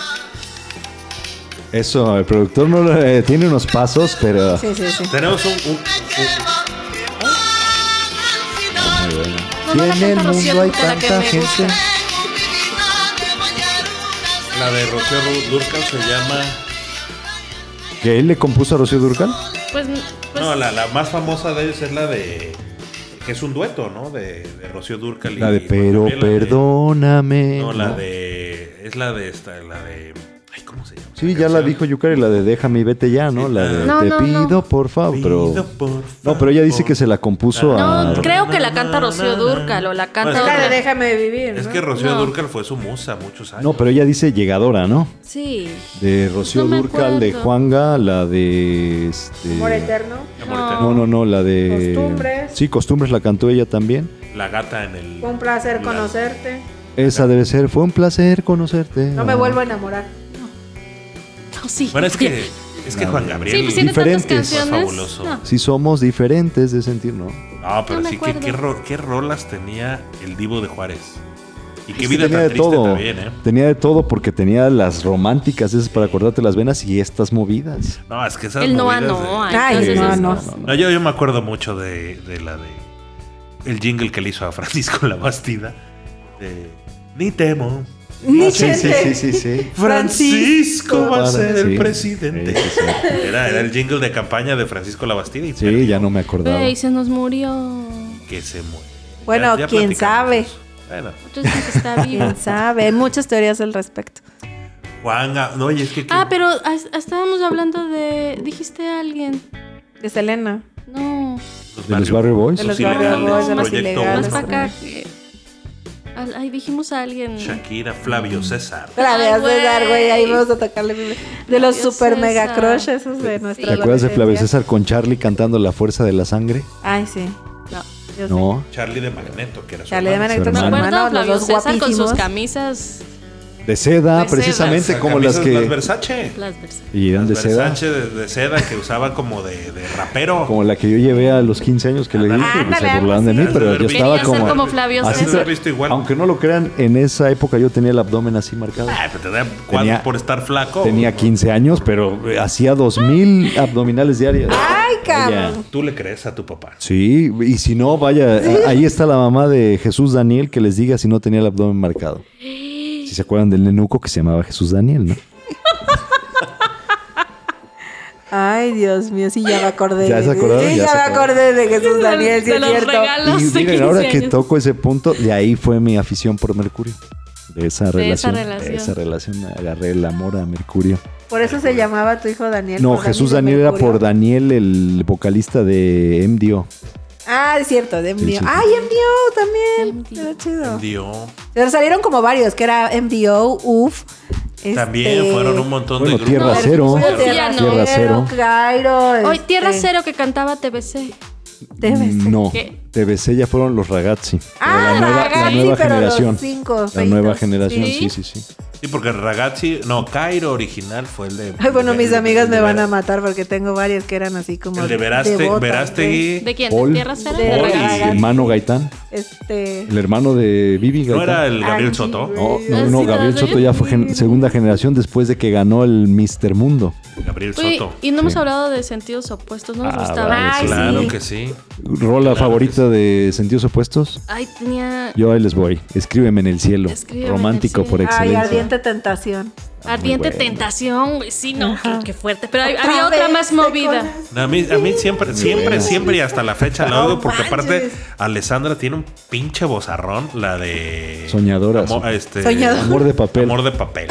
eso. El productor no lo- eh, tiene unos pasos, pero
Sí, sí, sí.
Tenemos un, un- un-
No no la
en el
canta Rocío
mundo hay
Dúrcal, la que
tanta
me
gente.
gusta.
La de Rocío Dur- Durcal se llama.
¿Que él le compuso a Rocío Durcal?
Pues, pues
No, la, la más famosa de ellos es la de. que es un dueto, ¿no? De, de Rocío Durcal y.
La de
Juan
Pero
Gabriel, la de-
perdóname.
no, la de. Es la de esta, la de. Ay, ¿cómo se llama?
Sí, ya la
canción?
dijo Yukari, la de Déjame y vete ya, ¿no?
Sí,
La
la-
de
No,
Te
no,
pido,
no.
por favor. Pero...
Pido, por
No, pero ella dice
favor. Ah.
que se la compuso a.
No, creo que la canta Rocío Dúrcal o la canta
Bueno, es que-
La
otra.
de déjame vivir.
Es
¿no?
que Rocío
No.
Durcal fue su musa muchos años.
No, pero ella dice llegadora, ¿no?
Sí.
De Rocío
No me
Durcal, de
acuerdo.
Juanga, la de. Este...
Amor eterno.
Amor eterno.
No, no, no, la de.
Costumbres.
Sí, costumbres la cantó ella también.
La gata en el.
Fue un placer
la-
conocerte.
Esa debe ser, fue un placer conocerte.
No me vuelvo a enamorar.
No, sí.
Bueno, es que, es que
No.
Juan
Sí,
Gabriel.
pues tiene tantas
Diferentes.
canciones.
Fabuloso.
No.
Si somos diferentes de sentir, ¿no?
No, pero
No me
sí, ¿qué,
acuerdo.
qué, ro- qué rolas tenía el Divo de Juárez? Y qué
Es que
vida
tenía
tan
de
triste
todo.
también, ¿eh?
Tenía de todo porque tenía las románticas, esas para cortarte las venas y estas movidas.
No, es que esas
El Noa
movidas de-
Noa.
Ay,
ah, entonces
no,
es-
no.
No, yo, yo me acuerdo mucho de, de la de. El jingle que le hizo a Francisco la Bastida. de, Ni temo.
Ni
Ah, sí, sí,
gente.
sí, sí, sí.
Francisco va a ser
Sí.
el presidente.
Sí, sí, sí.
Era, era el jingle de campaña de Francisco la Bastida. Y perdió.
Sí, ya no me acordaba.
Güey, se nos murió.
Que se muere.
Bueno, quién
platicamos
sabe.
eso. Bueno,
Otros dicen que está vivo.
Quién sabe. Hay muchas teorías al respecto.
Juan, Ga- no, y es que.
Ah, pero as- estábamos hablando de. Dijiste a alguien.
De Selena.
No.
los
¿De los
Barrio
Barrio Boys?
De los
Los ilegales,
Barrio Boys, de los
Proyecto
ilegales.
Más
Uno.
para acá que. al- Ay, dijimos a alguien.
Shakira, Flavio César.
La de
Ay, güey.
César, güey. Ahí vamos a tocarle. mi- De los
Flavio
super mega
César.
crush esos de nuestra
¿Te acuerdas de Flavio
adolescencia.
César con Charlie cantando La Fuerza de la Sangre?
Ay, sí.
No.
Yo sé.
No,
Charlie de Magneto, que era su
Charlie de
hermano.
Magneto,
Su
su
Me
hermano.
hermano,
acuerdo a
los
Flavio
dos
César con sus
guapísimos.
camisas.
de seda,
De seda.
precisamente
Las
como las
camisas,
que...
Las Versace.
Las versiones.
y eran
Las
de seda,
Versace de, de seda que usaba como de, de rapero.
como la que yo llevé a los 15 años que le dije,
Ándale,
que se
algo
burlaban de
así.
mí, pero
Has de
yo
haber
estaba
visto-
Quería ser
como...
como Flavio
Has de
Así
haber
César.
visto igual.
Aunque no lo crean, en esa época yo tenía el abdomen así marcado.
Ah, pero te da cuadro
Tenía-
por estar flaco.
Tenía 15 años, pero eh, hacía 2000 abdominales diarias.
Ay, cabrón.
Vaya.
Tú le crees a tu papá.
Sí, y si no, vaya, a- ahí está la mamá de Jesús Daniel que les diga si no tenía el abdomen marcado. Si se acuerdan del nenuco que se llamaba Jesús Daniel, ¿no?
Ay, Dios mío, sí, ya me acordé.
¿Ya se acordaron?
Sí,
Ya
ya,
se
me
acordaron.
acordé de Jesús Daniel, sí
de
es
los
cierto.
regalos
y
de
miren,
15
ahora que
años.
toco ese punto, de ahí fue mi afición por Mercurio. De esa
De esa
relación.
relación.
de esa relación agarré el amor a Mercurio.
Por eso se llamaba tu hijo Daniel.
No,
por
Jesús
de
Daniel era
Mercurio.
por Daniel, el vocalista de MDO.
Ah, es cierto, de MDO.
Sí, sí.
Ay, MDO también.
MDO.
Era chido.
Dios.
Pero salieron como varios, que era MDO, UF.
También
este,
fueron un montón
Bueno,
de
Tierra
grupos.
Cero.
Hubo
Sí,
Tierra
ya no.
Tierra Cero.
Cero, Cairo.
Hoy
este,
Tierra Cero que cantaba TBC.
TBC.
No,
¿Qué?
TBC ya fueron los ragazzi. pero
Ah,
la nueva, la
ragazzi,
nueva
pero los
generación.
cinco
la
feitos.
nueva generación, sí,
¿Sí?
sí, sí.
Sí, porque Ragazzi, no, Cairo original fue el de.
Ay, bueno,
el
mis
de-
amigas
el de
me van a
Vera-
matar porque tengo varios que eran así como.
El de Veraste,
Veraste,
Verástegui.
¿De quién?
Paul.
¿De Tierra Cero?
De
¿De
Paul y-
El
Ragazzi.
hermano Gaitán,
Este.
el hermano de Vivi Gaitán.
¿No era
Ah,
el Gabriel Soto?
No, no,
Ah,
no,
sí,
Gabriel
todavía.
Soto ya fue gen- segunda generación después de que ganó el Mister Mundo.
Gabriel
Oye,
Soto.
y no hemos
Sí.
hablado de sentidos opuestos, no nos
Ah,
gustaba.
vale,
Ay,
Claro
sí.
que sí.
Rola
Claro
favorita de Sentidos Opuestos.
Ay, tenía
Yo ahí les voy. Escríbeme en el cielo.
Escríbeme en el
Romántico
cielo.
por
Ay,
excelencia.
ardiente tentación.
ardiente
buena.
tentación, güey. Sí, no, qué, qué fuerte. Pero hay-
Otra
había otra
vez,
más
te
movida.
colas.
No, a, mí, a mí siempre, siempre,
buena.
siempre y hasta la fecha la
No
oigo porque aparte
manches.
Alessandra tiene un pinche bozarrón, la de...
Soñadoras.
Amor, este,
Soñadoras.
Amor de papel.
Amor de papel.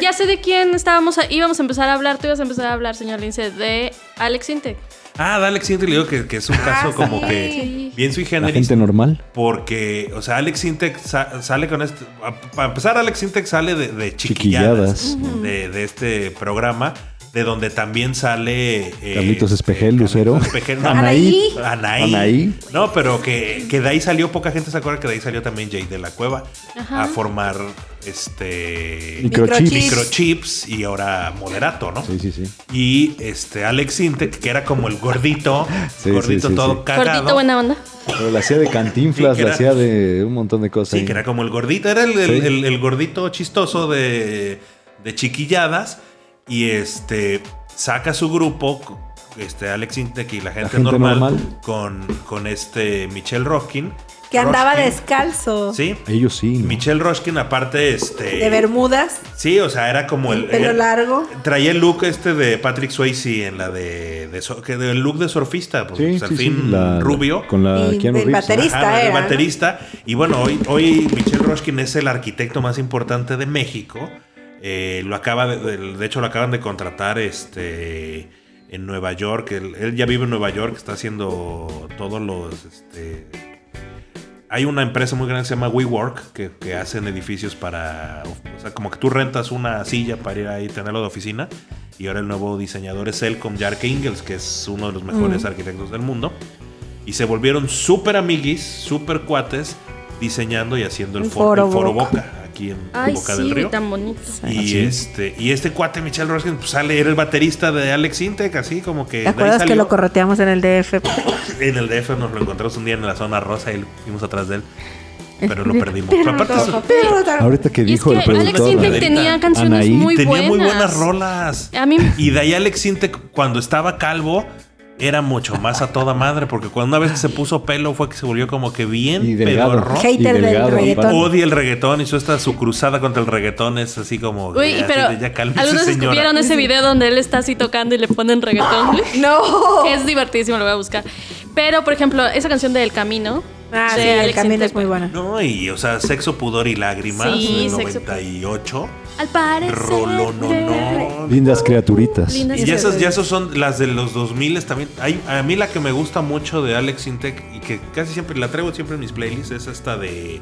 Ya sé de quién estábamos, a- íbamos a empezar a hablar, tú ibas a empezar a hablar, señor Lince, de Alex Intec.
Ah, dale, siente le digo que, que es un caso
Ah, sí.
como que bien sui
La
generis.
gente normal.
Porque, o sea, Alex Intec sa- sale con este. a- Para empezar, Alex Intec sale de, de chiquilladas.
Chiquilladas.
De, de este programa, de donde también sale. eh,
Carlitos Espejel,
Carlitos
Lucero.
Espejel, no,
Anaí.
Anaí.
Anaí.
No, pero que, que de ahí salió, poca gente se acuerda que de ahí salió también Jay de la Cueva
Ajá.
a formar este.
Microchips.
Microchips y ahora Moderato, ¿no?
Sí, sí, sí.
Y este Alex Intec, que era como el gordito,
Sí,
gordito
sí, sí,
todo
sí.
cagado.
Gordito, buena onda.
Pero la hacía de cantinflas,
Sí, que
la
era-
hacía de un montón de cosas.
Sí,
ahí.
que era como el gordito, era el, el-
Sí.
el- el gordito chistoso de, de chiquilladas y este saca su grupo, este Alex Intec y la gente,
gente
normal,
normal.
Con, con este Michelle Rockin
Que andaba
Roshkin.
descalzo.
Sí.
Ellos sí. ¿no?
Michelle Roshkin, aparte, este.
De Bermudas.
Sí, o sea, era como
El
el.
pelo
el-
largo.
Traía el look este de Patrick Swayze en la de. de so- que del look de surfista, pues
Sí,
al
sí, sí,
fin
la-
rubio.
Con la
Y
Keanu Reeves,
del
¿no?
baterista.
Ajá, el
era, ¿no?
baterista. Y bueno, hoy, hoy Michel Roshkin es el arquitecto más importante de México. Eh, lo acaba de, del- de hecho, lo acaban de contratar este, en Nueva York. Él, él ya vive en Nueva York, está haciendo todos los. este, hay una empresa muy grande que se llama WeWork, que, que hacen edificios para. O sea, como que tú rentas una silla para ir ahí y tenerlo de oficina. Y ahora el nuevo diseñador es él con Jark Ingels, que es uno de los
Mm.
mejores arquitectos del mundo. Y se volvieron súper amiguis, súper cuates, diseñando y haciendo el,
El
foro, el
Foro
foro
Boca.
Boca, aquí en
Ay,
Boca
sí,
del Río.
tan bonito.
Y
Así.
este, y este cuate, Michelle Roskin, pues sale, era el baterista de Alex Intec, así como que. de
¿Te
ahí
acuerdas que
salió.
lo correteamos en el DF?
En el DF nos lo encontramos un día en la zona rosa y fuimos atrás de él. Pero lo perdimos.
Pero
Pero aparte
no,
es-
pero no-
Ahorita que
Y es
dijo
que
el productor.
Alex Intec
Adriana.
tenía canciones
Anaí.
muy
tenía
buenas.
muy buenas rolas.
A mí
Y de ahí Alex Intec, cuando estaba calvo, era mucho más a toda madre, porque cuando una vez que se puso pelo fue que se volvió como que
Y
bien
delgado.
pedorro.
Hater
y
del
delgado,
reggaetón.
aparte.
Odia el reggaetón y su, esta, su cruzada contra el reggaetón es así como.
Uy,
así
pero
de, ya cálmese,
algunos
señora".
vieron ese video donde él está así tocando y le ponen reggaetón.
No.
Es divertidísimo, lo voy a buscar. Pero, por ejemplo, esa canción de El Camino.
Ah,
de
sí, el
Alex
camino
Intec.
es muy bueno.
No, y o sea, sexo, pudor y lágrimas
Sí,
del
sexo,
98.
Al parecer.
Rolo, no, no.
Lindas criaturitas.
Linda-
Y ya esas, ya esas son las de los 2000 también. Hay, a mí la que me gusta mucho de Alex Intec y que casi siempre la traigo siempre en mis playlists es esta de.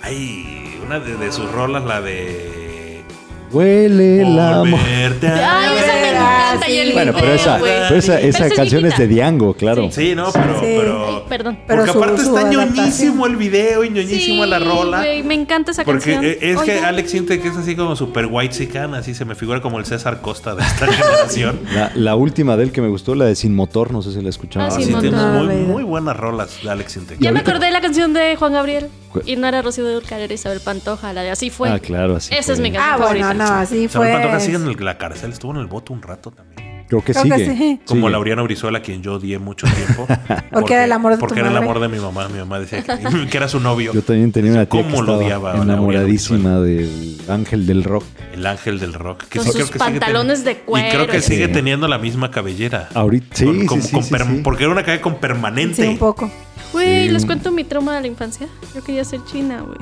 Ay, una de, de sus rolas, la de.
Huele el amor.
Volverte a
Ay,
ver.
esa me encanta. y el
Bueno, pero
licor,
esa,
güey.
pero esa,
Pero
esa
es
canción es de
viejita.
Diango, claro.
Sí, no, pero.
Sí.
pero
Perdón.
Pero
porque
su-
aparte
su
está
adaptación.
ñoñísimo el video y ñoñísimo
Sí,
la rola.
güey, me encanta esa
Porque
canción.
eh, es que
Oigan,
Alex siente que es así como super white sican, así se me figura como el César Costa de esta generación.
La, la última de él que me gustó, la de Sin Motor, no sé si la escucharon.
Ah,
Así
Sin Motor.
tienes muy,
Ah,
muy buenas rolas de Alex Intec.
Ya me
ahorita-
acordé de la canción de Juan Gabriel.
¿Cuál?
Y no era Rocío Dúrcal, era Isabel Pantoja, la de Así fue.
Ah, claro, así.
Esa es
fue.
mi canción.
Ah, bueno,
favorita.
no, así
Samuel Pantoja sigue
fue.
en la cárcel, estuvo en el voto un rato también.
Creo que
Creo
sigue.
que sí.
Como
Sigue.
Laureano Brizuela, a quien yo odié mucho tiempo. porque,
era el amor de tu
Porque era el
madre.
amor de mi mamá. Mi mamá decía que, que era su novio.
Yo también tenía una tía que
¿Cómo lo
estaba
odiaba a Laureano
enamoradísima del Ángel del Rock.
El ángel del rock. Que
Con
sí
sus
creo que sigue
pantalones
teniendo-
de cuero
Y creo que
y
sigue
así.
teniendo la misma cabellera.
Ahorita sí,
Con-
sí,
con-
sí,
con
sí,
perm-
sí.
Porque era una cabeza con permanente.
Sí, un poco.
Güey,
Sí,
les
un-
cuento mi trauma de la infancia. Yo quería ser china, güey.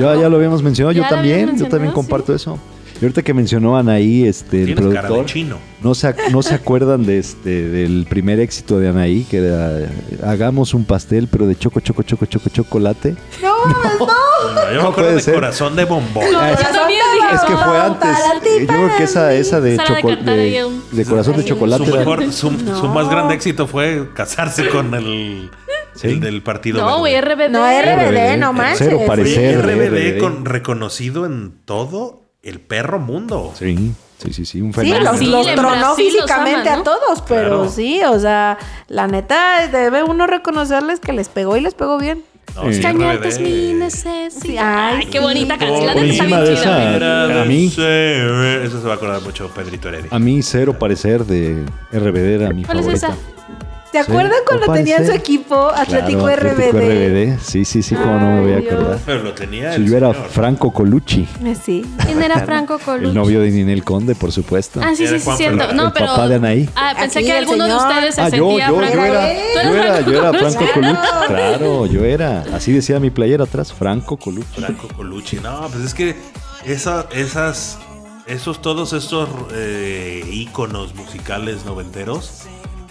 Ya, ya lo habíamos mencionado, yo
Ya lo
también,
habíamos
yo también
mencionado,
comparto eso. Y ahorita que mencionó Anaí, este, el
Tienes cara de
productor,
chino.
no se, ac- no se acuerdan de este, del primer éxito de Anaí, que era eh, hagamos un pastel, pero de choco, choco, choco, choco, chocolate.
No, yo me acuerdo
puede
de
ser.
corazón de bombón.
Ah, es-
Yo también dije,
Es que
no,
fue antes. eh, Yo creo que esa, esa de,
Sara de
choco-
cantar
de-
ahí un-
de corazón de
Su
chocolate.
Su,
era-
mejor, su, su
No.
más grande éxito fue casarse con el,
Sí.
el del partido.
No, güey,
Verde.
RBD.
No, RBD, no
RBD,
manches.
cero
Oye,
parecer. de
RBD,
RBD.
con- reconocido en todo el perro mundo.
Sí, sí, sí, sí, un
Pues
Sí,
fenómeno.
los,
Brasil,
los
en
tronó
Brasil los
físicamente
aman,
a
¿no?
todos, pero
Claro.
sí, o sea, la neta debe uno reconocerles que les pegó y les pegó bien.
No, sí,
Cañatas,
RBD.
mi necesidad.
Ay,
Ay, qué
sí. ah.
bonita canción. La
Por
neta está
encima
bien
de
chida,
esa-
güey.
Era
a mí.
de ser- Eso se va a acordar mucho Pedrito Heredia.
A mí, cero parecer de RBD era mi
¿Cuál es
favorita.
esa?
¿Te
Sí,
acuerdas cuando
no
tenían su
parece.
equipo Atlético,
Claro, Atlético
RBD?
RBD. Sí, sí, sí, como no me voy a
Ay, Dios.
acordar.
Pero lo tenía.
Si
el
yo era
señor.
Franco Colucci,
Eh, Sí.
¿Quién era Franco Colucci?
el novio de Ninel Conde, por supuesto.
Ah, sí,
Era
sí, sí,
Juan
cierto.
Ferrara,
No,
el
pero.
papá de Anaí.
Ah, pensé
Aquí
que
el
alguno de
señor.
ustedes se
Ah, yo,
sentía
yo, yo
Franco.
era,
Colucci.
¿Tú eres
yo era,
Franco
yo era Franco
Colucci?
Colucci, claro, yo era, así decía mi playera atrás, Franco Colucci.
Franco Colucci. No, pues es que esa- esas, esos, todos esos eh, íconos musicales noventeros,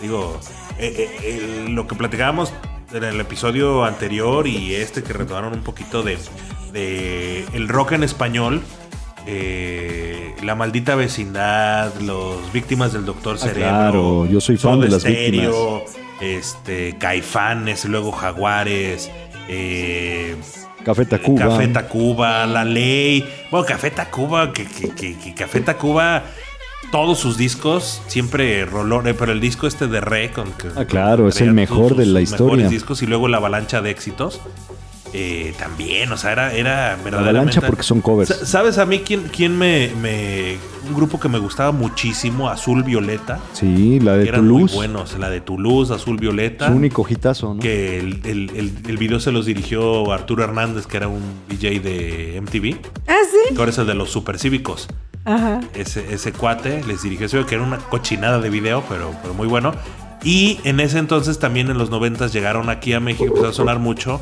digo, eh, eh, el- lo que platicábamos en el episodio anterior y este que retomaron un poquito de, de el rock en español. eh, la maldita vecindad, los víctimas del doctor
Ah,
Cerebro.
claro, yo soy fan
Soda
de las
Stereo, Este, Caifanes, luego Jaguares. Eh,
Café Tacuba.
Café Tacuba, La Ley. Bueno, Café Tacuba, que, que, que- que Café Tacuba, todos sus discos, siempre rolón, eh, pero el disco este de Re, con que.
Ah, claro, es el
traía
mejor
sus-
de la
sus
historia.
mejores discos y luego la avalancha de éxitos. eh, también, o sea, era, era verdaderamente...
Avalancha porque son covers.
Sa- ¿Sabes a mí quién, quién me, me- Un grupo que me gustaba muchísimo, Azul Violeta.
Sí, la de
que eran muy
Toulouse.
buenos, la de Toulouse, Azul Violeta.
Su único hitazo, ¿no?
Que el, el- el- el video se los dirigió Arturo Hernández, que era un DJ de MTV,
Ah, sí.
que ahora es el de los supercívicos.
Ajá.
Ese, ese cuate les dirigió ese video, que era una cochinada de video, pero, pero muy bueno. Y en ese entonces también en los 90 llegaron aquí a México, empezó a sonar mucho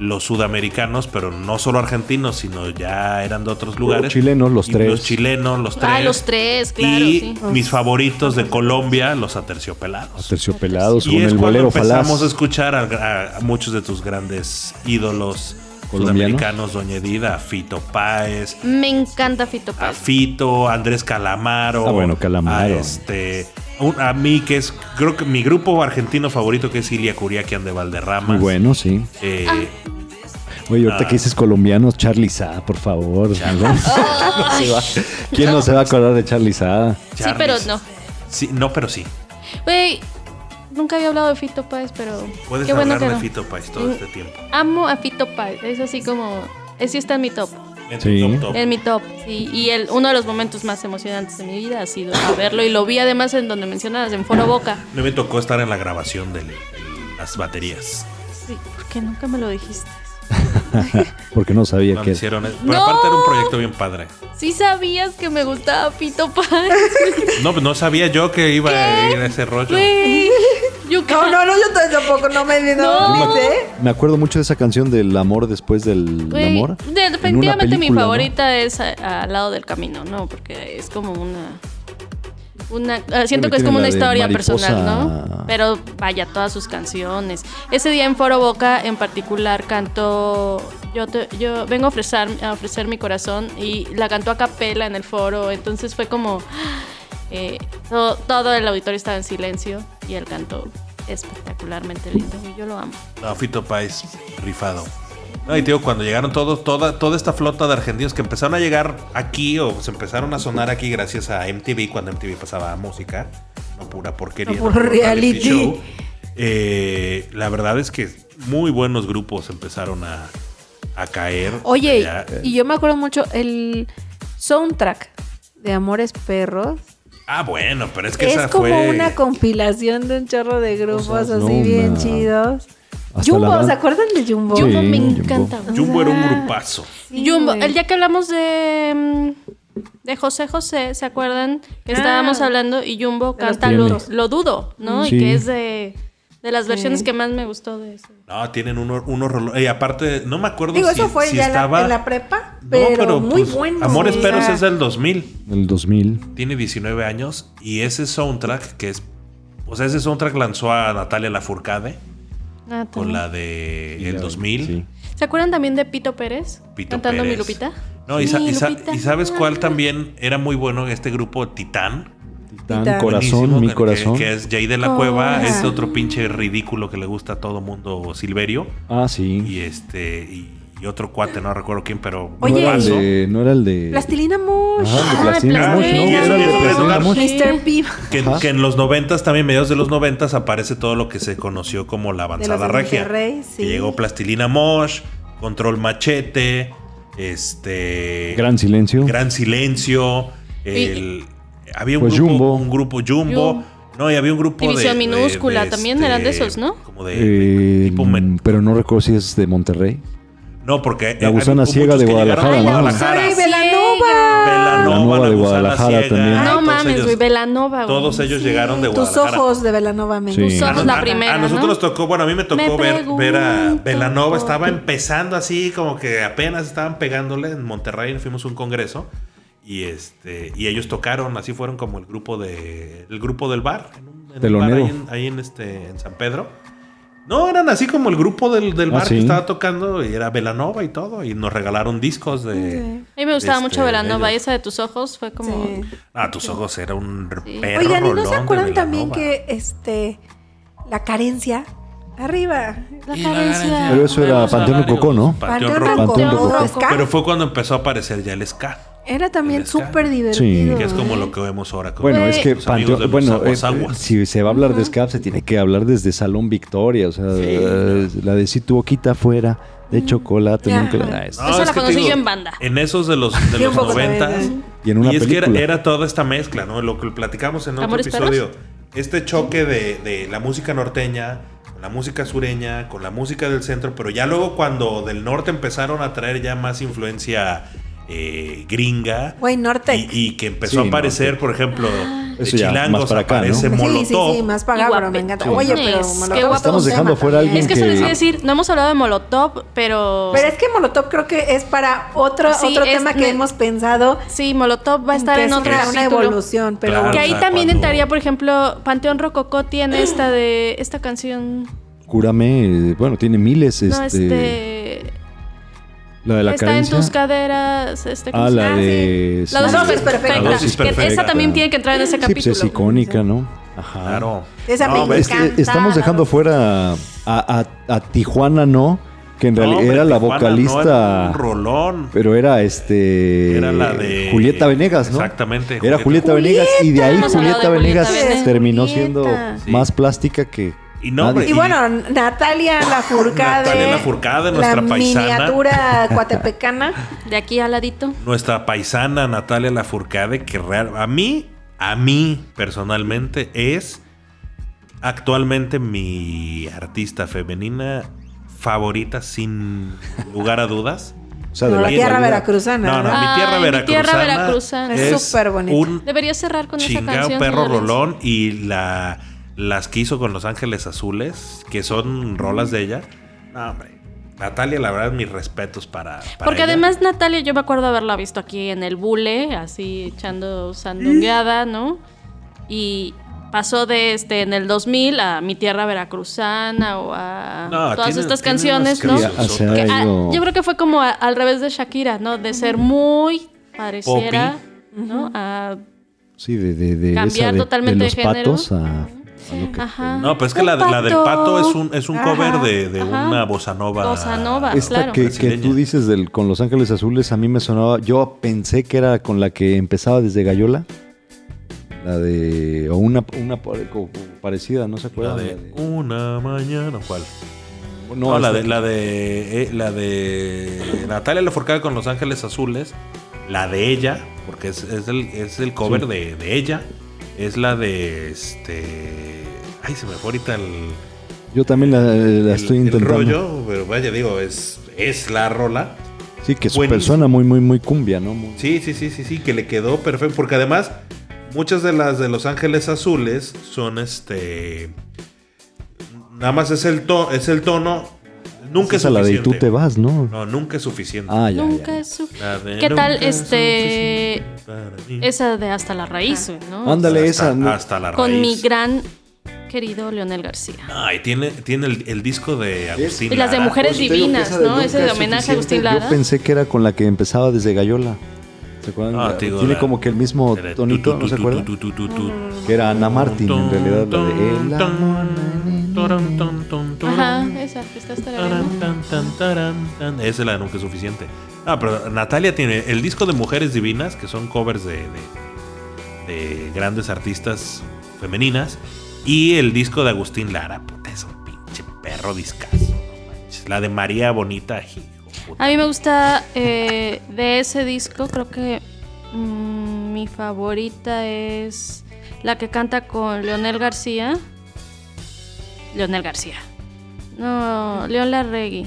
los sudamericanos, pero no solo argentinos, sino ya eran de otros lugares.
chilenos, los
Y
tres.
Los chilenos, los tres.
Ah, los tres, claro,
y
sí.
mis favoritos de Colombia, los aterciopelados.
Terciopelados
Y
Pues con
es
el
cuando
bolero
empezamos
falaz.
a escuchar a, a- a muchos de tus grandes ídolos
Colombianos.
sudamericanos, Doña Edida, a Fito Páez,
Me encanta Fito
a
Páez.
Fito, a Andrés Calamaro.
Ah, bueno, Calamaro.
A, este, un- a mí, que es creo que mi grupo argentino favorito, que es Ilia Curiaquian de Valderrama.
Muy bueno, sí.
Eh,
Ah,
Oye, ahorita
Ah.
que dices colombianos, Charly Sa, por favor. No se va- ¿Quién no se va a acordar de Charly Sa?
Sí, pero
Charles.
no.
Sí, no, pero sí.
Güey, nunca había hablado de Fito Páez, pero
Puedes
qué bueno
hablar
que
de
no.
Fito Páez todo
Mm.
este tiempo.
Amo a Fito Páez, es así como... eh, Sí está en mi top,
En
Sí.
tu top, top.
en mi top. sí. Y el, uno de los momentos más emocionantes de mi vida ha sido verlo. Y lo vi además en donde mencionabas, en Foro Boca.
No me tocó estar en la grabación de las baterías.
Sí, ¿por qué nunca me lo dijiste?
Porque no sabía
No me
que
hicieron. Pero
¡No!
aparte era un proyecto bien padre.
Sí sabías que me gustaba Fito Páez,
No, pues no sabía yo que iba a ir a ese rollo.
güey. Yo
No,
ca-
no, no, yo tampoco, no me no,
No.
¿viste?
Me acuerdo mucho de esa canción del amor después del
Güey,
amor.
de-
En una
definitivamente mi
película, ¿no?
favorita es a- Al lado del camino, ¿no? Porque es como una. una
Bueno,
ah, siento que es
tiene
como
la
una
de
historia personal,
Mariposa.
¿no? Pero vaya, todas sus canciones. Ese día en Foro Boca, en particular, cantó. Yo, te- yo vengo a ofrecer, a ofrecer mi corazón y la cantó a capela en el foro. Entonces fue como. eh, todo, todo el auditorio estaba en silencio y él cantó espectacularmente lindo. Y yo lo amo.
No, Fito Páez, rifado. No, y te digo, cuando llegaron todos, toda, toda esta flota de argentinos que empezaron a llegar aquí o se empezaron a sonar aquí gracias a MTV, cuando MTV pasaba música, no pura porquería.
No puro reality.
Eh, la verdad es que muy buenos grupos empezaron a, a caer.
Oye,
Ya,
y yo me acuerdo mucho el soundtrack de Amores Perros.
ah, bueno, pero es que
Es
esa
como
fue.
una compilación de un chorro de grupos
Cosas,
así
no,
bien
una-
chidos.
Hasta la
Jumbo,
gran-
¿se acuerdan de Jumbo?
Sí,
Jumbo me
Jumbo.
encanta. güey.
Jumbo era un
Ah.
grupazo.
Sí,
Jumbo,
güey.
el día que hablamos de mm, de José José, ¿se acuerdan? Que estábamos
Ah.
hablando y Jumbo
De los
canta lo,
Tienes.
Lo dudo, ¿no?
Sí.
Y que es de, de las
Sí.
versiones que más me gustó de eso.
No, tienen unos unos rolo- Y eh, aparte, no me acuerdo
Digo,
si,
eso fue
si
ya en la-
estaba.
en la prepa,
No,
pero, muy
pues,
bueno.
Amores
o sea,
Perros es del 2000.
El 2000.
Tiene 19 años. Y ese soundtrack que es. O sea, ese soundtrack lanzó a Natalia Lafourcade
Ah,
con
también.
la de el
Ya,
2000.
sí.
¿Se acuerdan también de Pito Pérez?
Pito
cantando
Pérez.
mi Lupita.
No, y,
Mi
sa- y sa-
Lupita. Ah,
y sabes cuál también era muy bueno este grupo Titán.
Titán,
Titán.
corazón,
Buenísimo,
mi
que-
corazón.
Que, es Jay de la Cueva,
Corazón.
es otro pinche ridículo que le gusta a todo mundo, Silverio.
Ah, sí.
Y este. Y, y otro cuate, no recuerdo quién, pero.
no,
Oye,
era el
grupazo.
de, no era el de.
Plastilina Mosh.
Ajá, el de
Ah,
Plastilina Mosh, ¿no?
Plastilina
Era el de
Mosh.
Plastilina Mosh.
Sí.
Mr. Pibb.
Que,
Ajá.
que en los noventas, también mediados de los noventas, aparece todo lo que se conoció como la
De los
avanzada
de
regia.
Monterrey,
Que
sí.
llegó Plastilina Mosh, Control Machete, este...
Gran silencio.
Gran Silencio, el- había un,
Pues
grupo,
Jumbo.
un grupo Jumbo,
Jumbo.
no, y había un grupo de-
División
de... de este,
Minúscula, también eran de esos, ¿no?
Como de... de
Eh,
tipo met-
pero no recuerdo si es de Monterrey.
no, porque... eh,
La
hay
Gusana
muchos
Ciega
que
de
llegaron a
Guadalajara, ¿no?
Guadalajara.
Ay,
Sí.
Belanova.
Belanova,
La
la
de
Gusana
Guadalajara
Ciega,
también.
No
todos
mames,
ellos-
güey, Belanova. güey.
Todos ellos llegaron de
Tus
Guadalajara. Ah,
ojos de Belanova me
Sí.
gustan.
Tus ojos,
A-
la
a-
primera,
A, nosotros
¿no?
nos tocó, bueno, a mí me tocó
Me
ver, ver a
pregunto.
Belanova. Estaba empezando así, como que apenas estaban pegándole en Monterrey. Fuimos a un congreso y este y ellos tocaron. Así fueron como el grupo de el grupo del bar. En un, en un
Telonero.
bar ahí en, ahí en, este, en San Pedro. No, eran así como el grupo del, del
Ah,
bar
sí.
que estaba tocando y era Belanova y todo. Y nos regalaron discos de.
Sí.
A mí me gustaba
Este,
mucho Velanova
ellos.
y esa de tus ojos fue como...
Sí.
Ah, tus ojos era un
Sí.
perro.
Oigan, ¿y no
rolón
se
de
acuerdan también
Belanova.
que este la carencia arriba?
La carencia.
Pero eso era
Vemos a
Panteón
varios.
Rococó, ¿no?
Panteón
Panteón
Rococó.
Rococó.
Rococó,
Panteón
ska.
Pero fue cuando empezó a aparecer ya el ska,
era también
el ska,
súper
Sí.
divertido.
que es como lo que vemos ahora. con
Bueno, es que
los amigos
Panteón-
de los
bueno,
aguas,
eh,
aguas.
si se va a hablar de SCAP, se tiene que hablar desde Salón Victoria. O sea, eh, la de Si tu boquita fuera de chocolate.
Ajá.
nunca la- ah, es-
No,
Esa
es
la
que te
conocí
digo,
yo en banda.
En esos de los, de
Yo
los
un poco también,
noventas.
¿eh?
Y en una
es que era,
película.
era toda esta mezcla, ¿no? Lo que platicamos en otro
¿Amores
episodio. Este choque de, de la música norteña, con la música sureña, con la música del centro, pero ya luego cuando del norte empezaron a traer ya más influencia eh, gringa.
Güey, norte.
Y, y que empezó a
Sí,
aparecer,
norte.
por ejemplo, de
Eso ya, más
chilangos
para acá, ¿no?
aparece
Sí,
Ah. sí, sí,
Molotov.
sí, más pagabro, me encanta.
Sí.
Oye, pero
Es que
Molotov
guapo
es un
Estamos
dejando
tema
fuera a
también.
alguien
Es que
que-
eso les iba a decir, no hemos hablado de Molotov, pero.
Pero es que Molotov creo que es para otro,
Sí,
otro
es
tema que
ne-
hemos pensado.
Sí, Molotov va a estar
que
en
es
otro
una, una
capítulo.
evolución, pero
Claro.
Que
bueno.
ahí
O sea,
también
cuando-
entraría, por ejemplo, Panteón Rococó tiene esta de esta canción.
Cúrame, eh, bueno, tiene miles.
no,
este,
este.
la de la
está
carencia.
en tus caderas. Este, ¿cómo
ah,
se
la
llama?
de.
La dosis,
La dosis
perfecta.
perfecta.
La dosis
Que
perfecta.
Esa también tiene que entrar en ese
Sí, pues,
capítulo.
es icónica, ¿no? Ajá.
Claro.
Esa
No,
me
Es que
encanta.
estamos dejando fuera a, a- a Tijuana, ¿no? Que en realidad
No,
era
hombre,
la
Tijuana,
vocalista.
no, era un rolón.
Pero era este.
Era la de-
Julieta Venegas, ¿no?
Exactamente,
Era
Julieta.
Julieta, Venegas. Y de ahí
Hemos hablado
Julieta
de Julieta
Venegas
Venegas.
terminó
Julieta.
siendo
Sí.
más plástica que.
Y no,
nadie.
hombre,
Y bueno, Natalia Lafourcade.
Natalia Lafourcade, nuestra
la
paisana.
miniatura cuatepecana.
De aquí al ladito.
nuestra paisana Natalia Lafourcade, que real, a mí, a mí personalmente es actualmente mi artista femenina favorita sin lugar a dudas.
O sea,
No,
de
la
vida-
tierra veracruzana.
No, no,
¿verdad?
Ay,
mi tierra
mi
veracruzana,
tierra veracruzana.
Es súper bonita.
Un
Debería cerrar con esa
chingado
canción.
perro
señor Lorenzo.
rolón y la las que hizo con Los Ángeles Azules, que son rolas de ella. No, hombre. Natalia, la verdad, mis respetos para. para
Porque
ella.
además Natalia, yo me acuerdo haberla visto aquí en el bule, así echando sandungueada, ¿no? Y pasó de este en el 2000 a Mi Tierra Veracruzana o a
No,
todas
tiene-
estas
tiene
canciones,
unas
¿no?
Sí, o sea,
Que,
Que, ah,
digo,
yo creo que fue como a- al revés de Shakira, ¿no? De ser muy pareciera, ¿no? A,
sí, de, de, de
cambiar
esa de- de
totalmente
los
de género.
patos a, a lo que-
ajá.
No, pues es que
Un
la, la del pato es un, es un
Ajá,
cover de, de
ajá.
una bossa nova.
Bossa nova.
Esta
claro.
que, que
Brasileña.
tú dices del, con Los Ángeles Azules, a mí me sonaba. Yo pensé que era con la que empezaba desde Gallola. La de. O una, una pare- co- parecida, ¿no se
La
acuerdan?
de una mañana. ¿Cuál?
no,
No,
esta-
la de la de eh, la de Natalia Lafourcade con Los Ángeles Azules, la de ella, porque es, es el, es el cover
Sí.
de, de ella, es la de este ay se me fue ahorita el,
Yo también la, la
el-
estoy
el
intentando.
rollo, pero vaya digo, es, es la rola.
Sí, que su
Buenísimo.
persona muy, muy, muy cumbia, ¿no? Muy-
Sí, sí, sí, sí, sí, que le quedó perfecto. Porque además, muchas de las de Los Ángeles Azules son este. Nada más es el, to- es el tono. Nunca es,
Esa la de
suficiente.
Y tú te vas, ¿no?
No, nunca es suficiente.
Ah, ya.
Nunca
ya.
es su-
La de
¿Qué tal
nunca es
este
suficiente para mí.
esa de hasta la raíz, güey, ¿no?
Anda, Ándale,
hasta,
esa, ¿no?
Hasta la
con mi
raíz.
gran querido Leonel García.
Ay, tiene, tiene el, el disco de Agustín.
Y las de
Lara.
mujeres
Pues te digo
divinas,
que esa de
¿no?
Nunca
Ese de
es
homenaje a
suficiente,
Agustín Lara.
Yo pensé que era con la que empezaba desde Gallola. ¿Se acuerdan?
Ah,
La-
te digo,
Tiene
la-
como que el mismo
La de tu, tu,
tonito,
tu,
¿no se
tu,
acuerdan?
tu, tu, tu, tu.
Que era Ana Martín, en realidad, la de El amor.
Ton, ton, ton, ton.
Ajá, esa que estás tarareando.
Taran, tan, tan, taran, tan. Esa es la de Nunca es suficiente. Ah, pero Natalia tiene el disco de Mujeres Divinas, que son covers de, de- de grandes artistas femeninas, y el disco de Agustín Lara. Puta, es un pinche perro discazo. no manches. La de María Bonita. hijo, puta.
A mí me gusta eh, de ese disco, creo que mm, mi favorita es la que canta con Leonel García. Leonel García. No, León Larregui.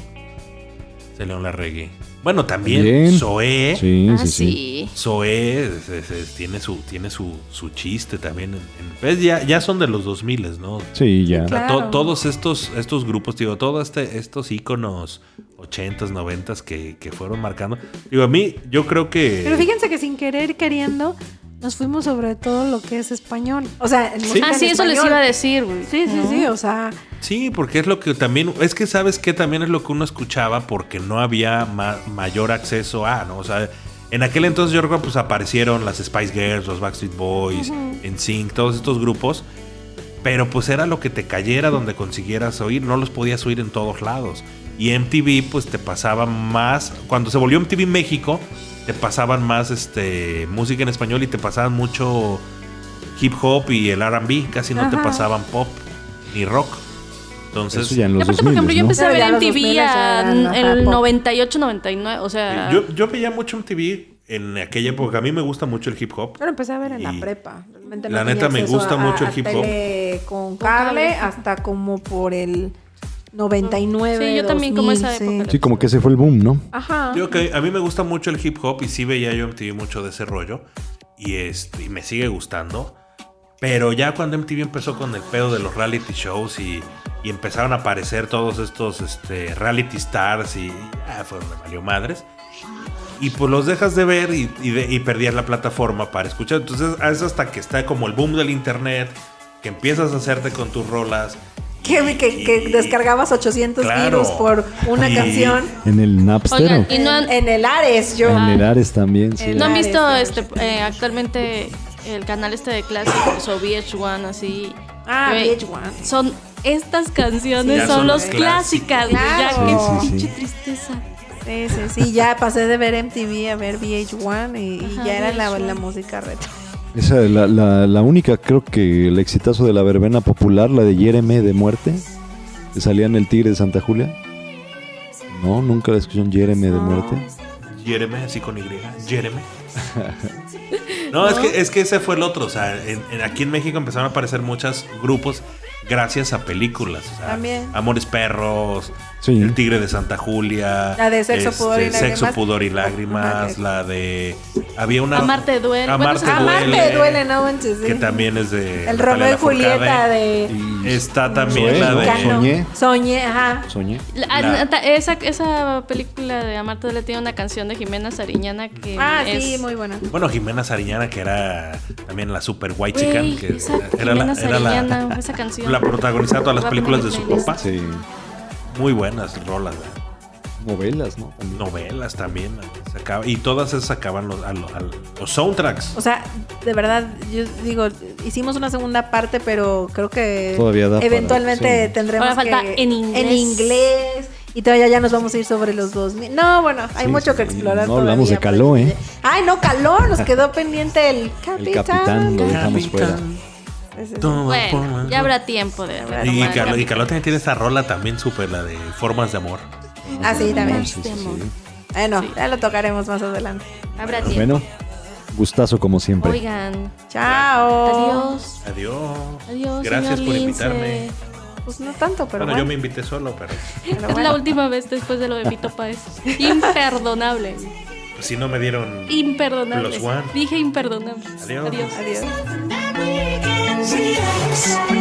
Se león la reggae. Bueno, también
Bien.
Zoé.
Sí,
ah,
sí, sí.
Zoé es- es- es- tiene, su, tiene su, su chiste también. en- en- pues ya, ya son de los 2000, ¿no?
Sí, ya.
O sea,
Claro.
to- todos estos, estos grupos, digo, todos este, estos íconos 80s, 90s que, que fueron marcando. Digo, a mí, yo creo que.
Pero fíjense que sin querer queriendo nos fuimos sobre todo lo que es español. O sea, en música
Ah,
en
sí, eso les
español.
iba a decir, güey.
Sí, sí,
¿no?
sí, o sea,
Sí, porque es lo que también. Es que sabes que también es lo que uno escuchaba porque no había ma- mayor acceso a, ¿no? O sea. En aquel entonces yo creo que pues aparecieron las Spice Girls, los Backstreet Boys, NSYNC, todos estos grupos, pero pues era lo que te cayera donde consiguieras oír, no los podías oír en todos lados. Y MTV pues te pasaba más, cuando se volvió MTV México, te pasaban más este música en español y te pasaban mucho hip hop y el R&B, casi no te
Ajá.
pasaban pop ni rock. Entonces,
Eso ya en
Y
los
aparte,
2000,
por ejemplo, yo
¿no?
empecé a
Pero
ver
ya los
MTV
2000 ya
a-
no,
en
ajá,
el
pop.
98, 99. O sea,
eh, yo, yo veía mucho MTV en aquella época. A mí me gusta mucho el hip hop.
Yo lo empecé a ver en la
Y-
prepa. Realmente no
La
tenía
neta, me
acceso
gusta
a-
mucho el
a
hip hop.
tele Con
cable.
cable hasta como por el 99.
Sí, yo también como esa
2000,
época.
sí.
Sí, como que ese fue el boom, ¿no?
Ajá.
Digo que a mí me gusta mucho el hip hop y sí veía yo MTV mucho de ese rollo y, este, y me sigue gustando. Pero ya cuando MTV empezó con el pedo de los reality shows y, y empezaron a aparecer todos estos este, reality stars y ah, fue donde valió madres. Y pues los dejas de ver y, y, de- y perdías la plataforma para escuchar. Entonces es hasta que está como el boom del internet, que empiezas a hacerte con tus rolas.
Que, que, que
Y-
descargabas 800
Claro.
virus por una
Y-
canción.
En el Napster.
Oigan,
¿o?
y no han,
en el Ares, yo.
En el Ares también, sí.
¿no han visto
Claro,
este eh, actualmente el canal este de clásicos o VH1 así?
Ah,
Güey,
VH1.
Son estas canciones
Ya
son,
son
los
los
clásicas. güey,
clásicos.
Sí, sí,
Ya qué
sí.
pinche tristeza.
Sí, sí, sí. Ya pasé de ver MTV a ver VH1 y, y
Ajá,
ya era la,
VH1.
la música retro.
Esa, la, la, la única, creo que el exitazo de la verbena popular, la de Jeremy de muerte, que salía en el Tigre de Santa Julia. No, nunca la escucharon Jeremy de muerte.
Jeremy, así con Y. Jeremy. No, Es, que, es que ese fue el otro. O sea, en- en- aquí en México empezaron a aparecer muchos grupos gracias a películas. o sea,
También.
Amores Perros,
Sí.
El Tigre de Santa Julia. este,
La de Sexo, Pudor y
Sexo,
Lágrimas.
Pudor y
Ajá,
Lágrimas.
que-
La de. Había una.
Amarte duele.
Amarte
Bueno,
duele.
Amarte duele, no manches. sí.
Que también es de.
El
Natalia
Romeo y
Lafourcade.
Julieta de.
Está también
Zoé,
la
¿no?
de.
Cano. Soñé.
Soñé, ajá.
Soñé.
La- ah,
La-
nata- esa, esa película de Amarte Duele tiene una canción de Jimena Sariñana que
Ah,
es
sí, muy buena.
Bueno, Jimena Sariñana, que era también la super white
Güey,
chican. Que
esa
era la,
Jimena
era la-
Sariñana, esa canción.
la protagonizaba todas las
Voy a
películas de
poner
su
playlist.
papá.
Sí.
Muy buenas rolas, ¿eh?
Novelas, ¿no? También.
novelas también. sacaba- y todas esas sacaban los, a lo- a los soundtracks.
O sea, de verdad, yo digo, hicimos una segunda parte, pero creo que
Todavía da para-
eventualmente
sí.
tendremos
Ahora falta
que-
en inglés.
en inglés, y todavía ya nos vamos a ir sobre los 2000. No, bueno, hay
Sí,
mucho
sí,
que
sí.
explorar.
No hablamos
todavía
de Caló,
por aquí.
¿eh?
Ay, no, Caló, nos quedó pendiente el capitán.
El capitán lo dejamos fuera.
Sí, sí, sí.
Bueno, ya habrá tiempo de retomar
Y,
el
Carlos, y
capítulo.
Carlos también tiene esa rola también súper, la de Formas de Amor.
Ah, sí, también.
Sí, sí, sí.
Bueno,
Sí.
ya lo tocaremos más adelante.
Habrá tiempo.
Bueno, gustazo como siempre.
Oigan,
Chao.
adiós.
Adiós.
Adiós.
Gracias
señor
por
Lince.
invitarme.
Pues no tanto, pero
bueno, yo me
bueno.
invité solo, pero
pero
Es
bueno.
la última vez después de lo de Pito Páez. Imperdonable.
pues, si no me dieron.
Imperdonable.
Los One.
Dije imperdonable.
Adiós.
Adiós.
Yes.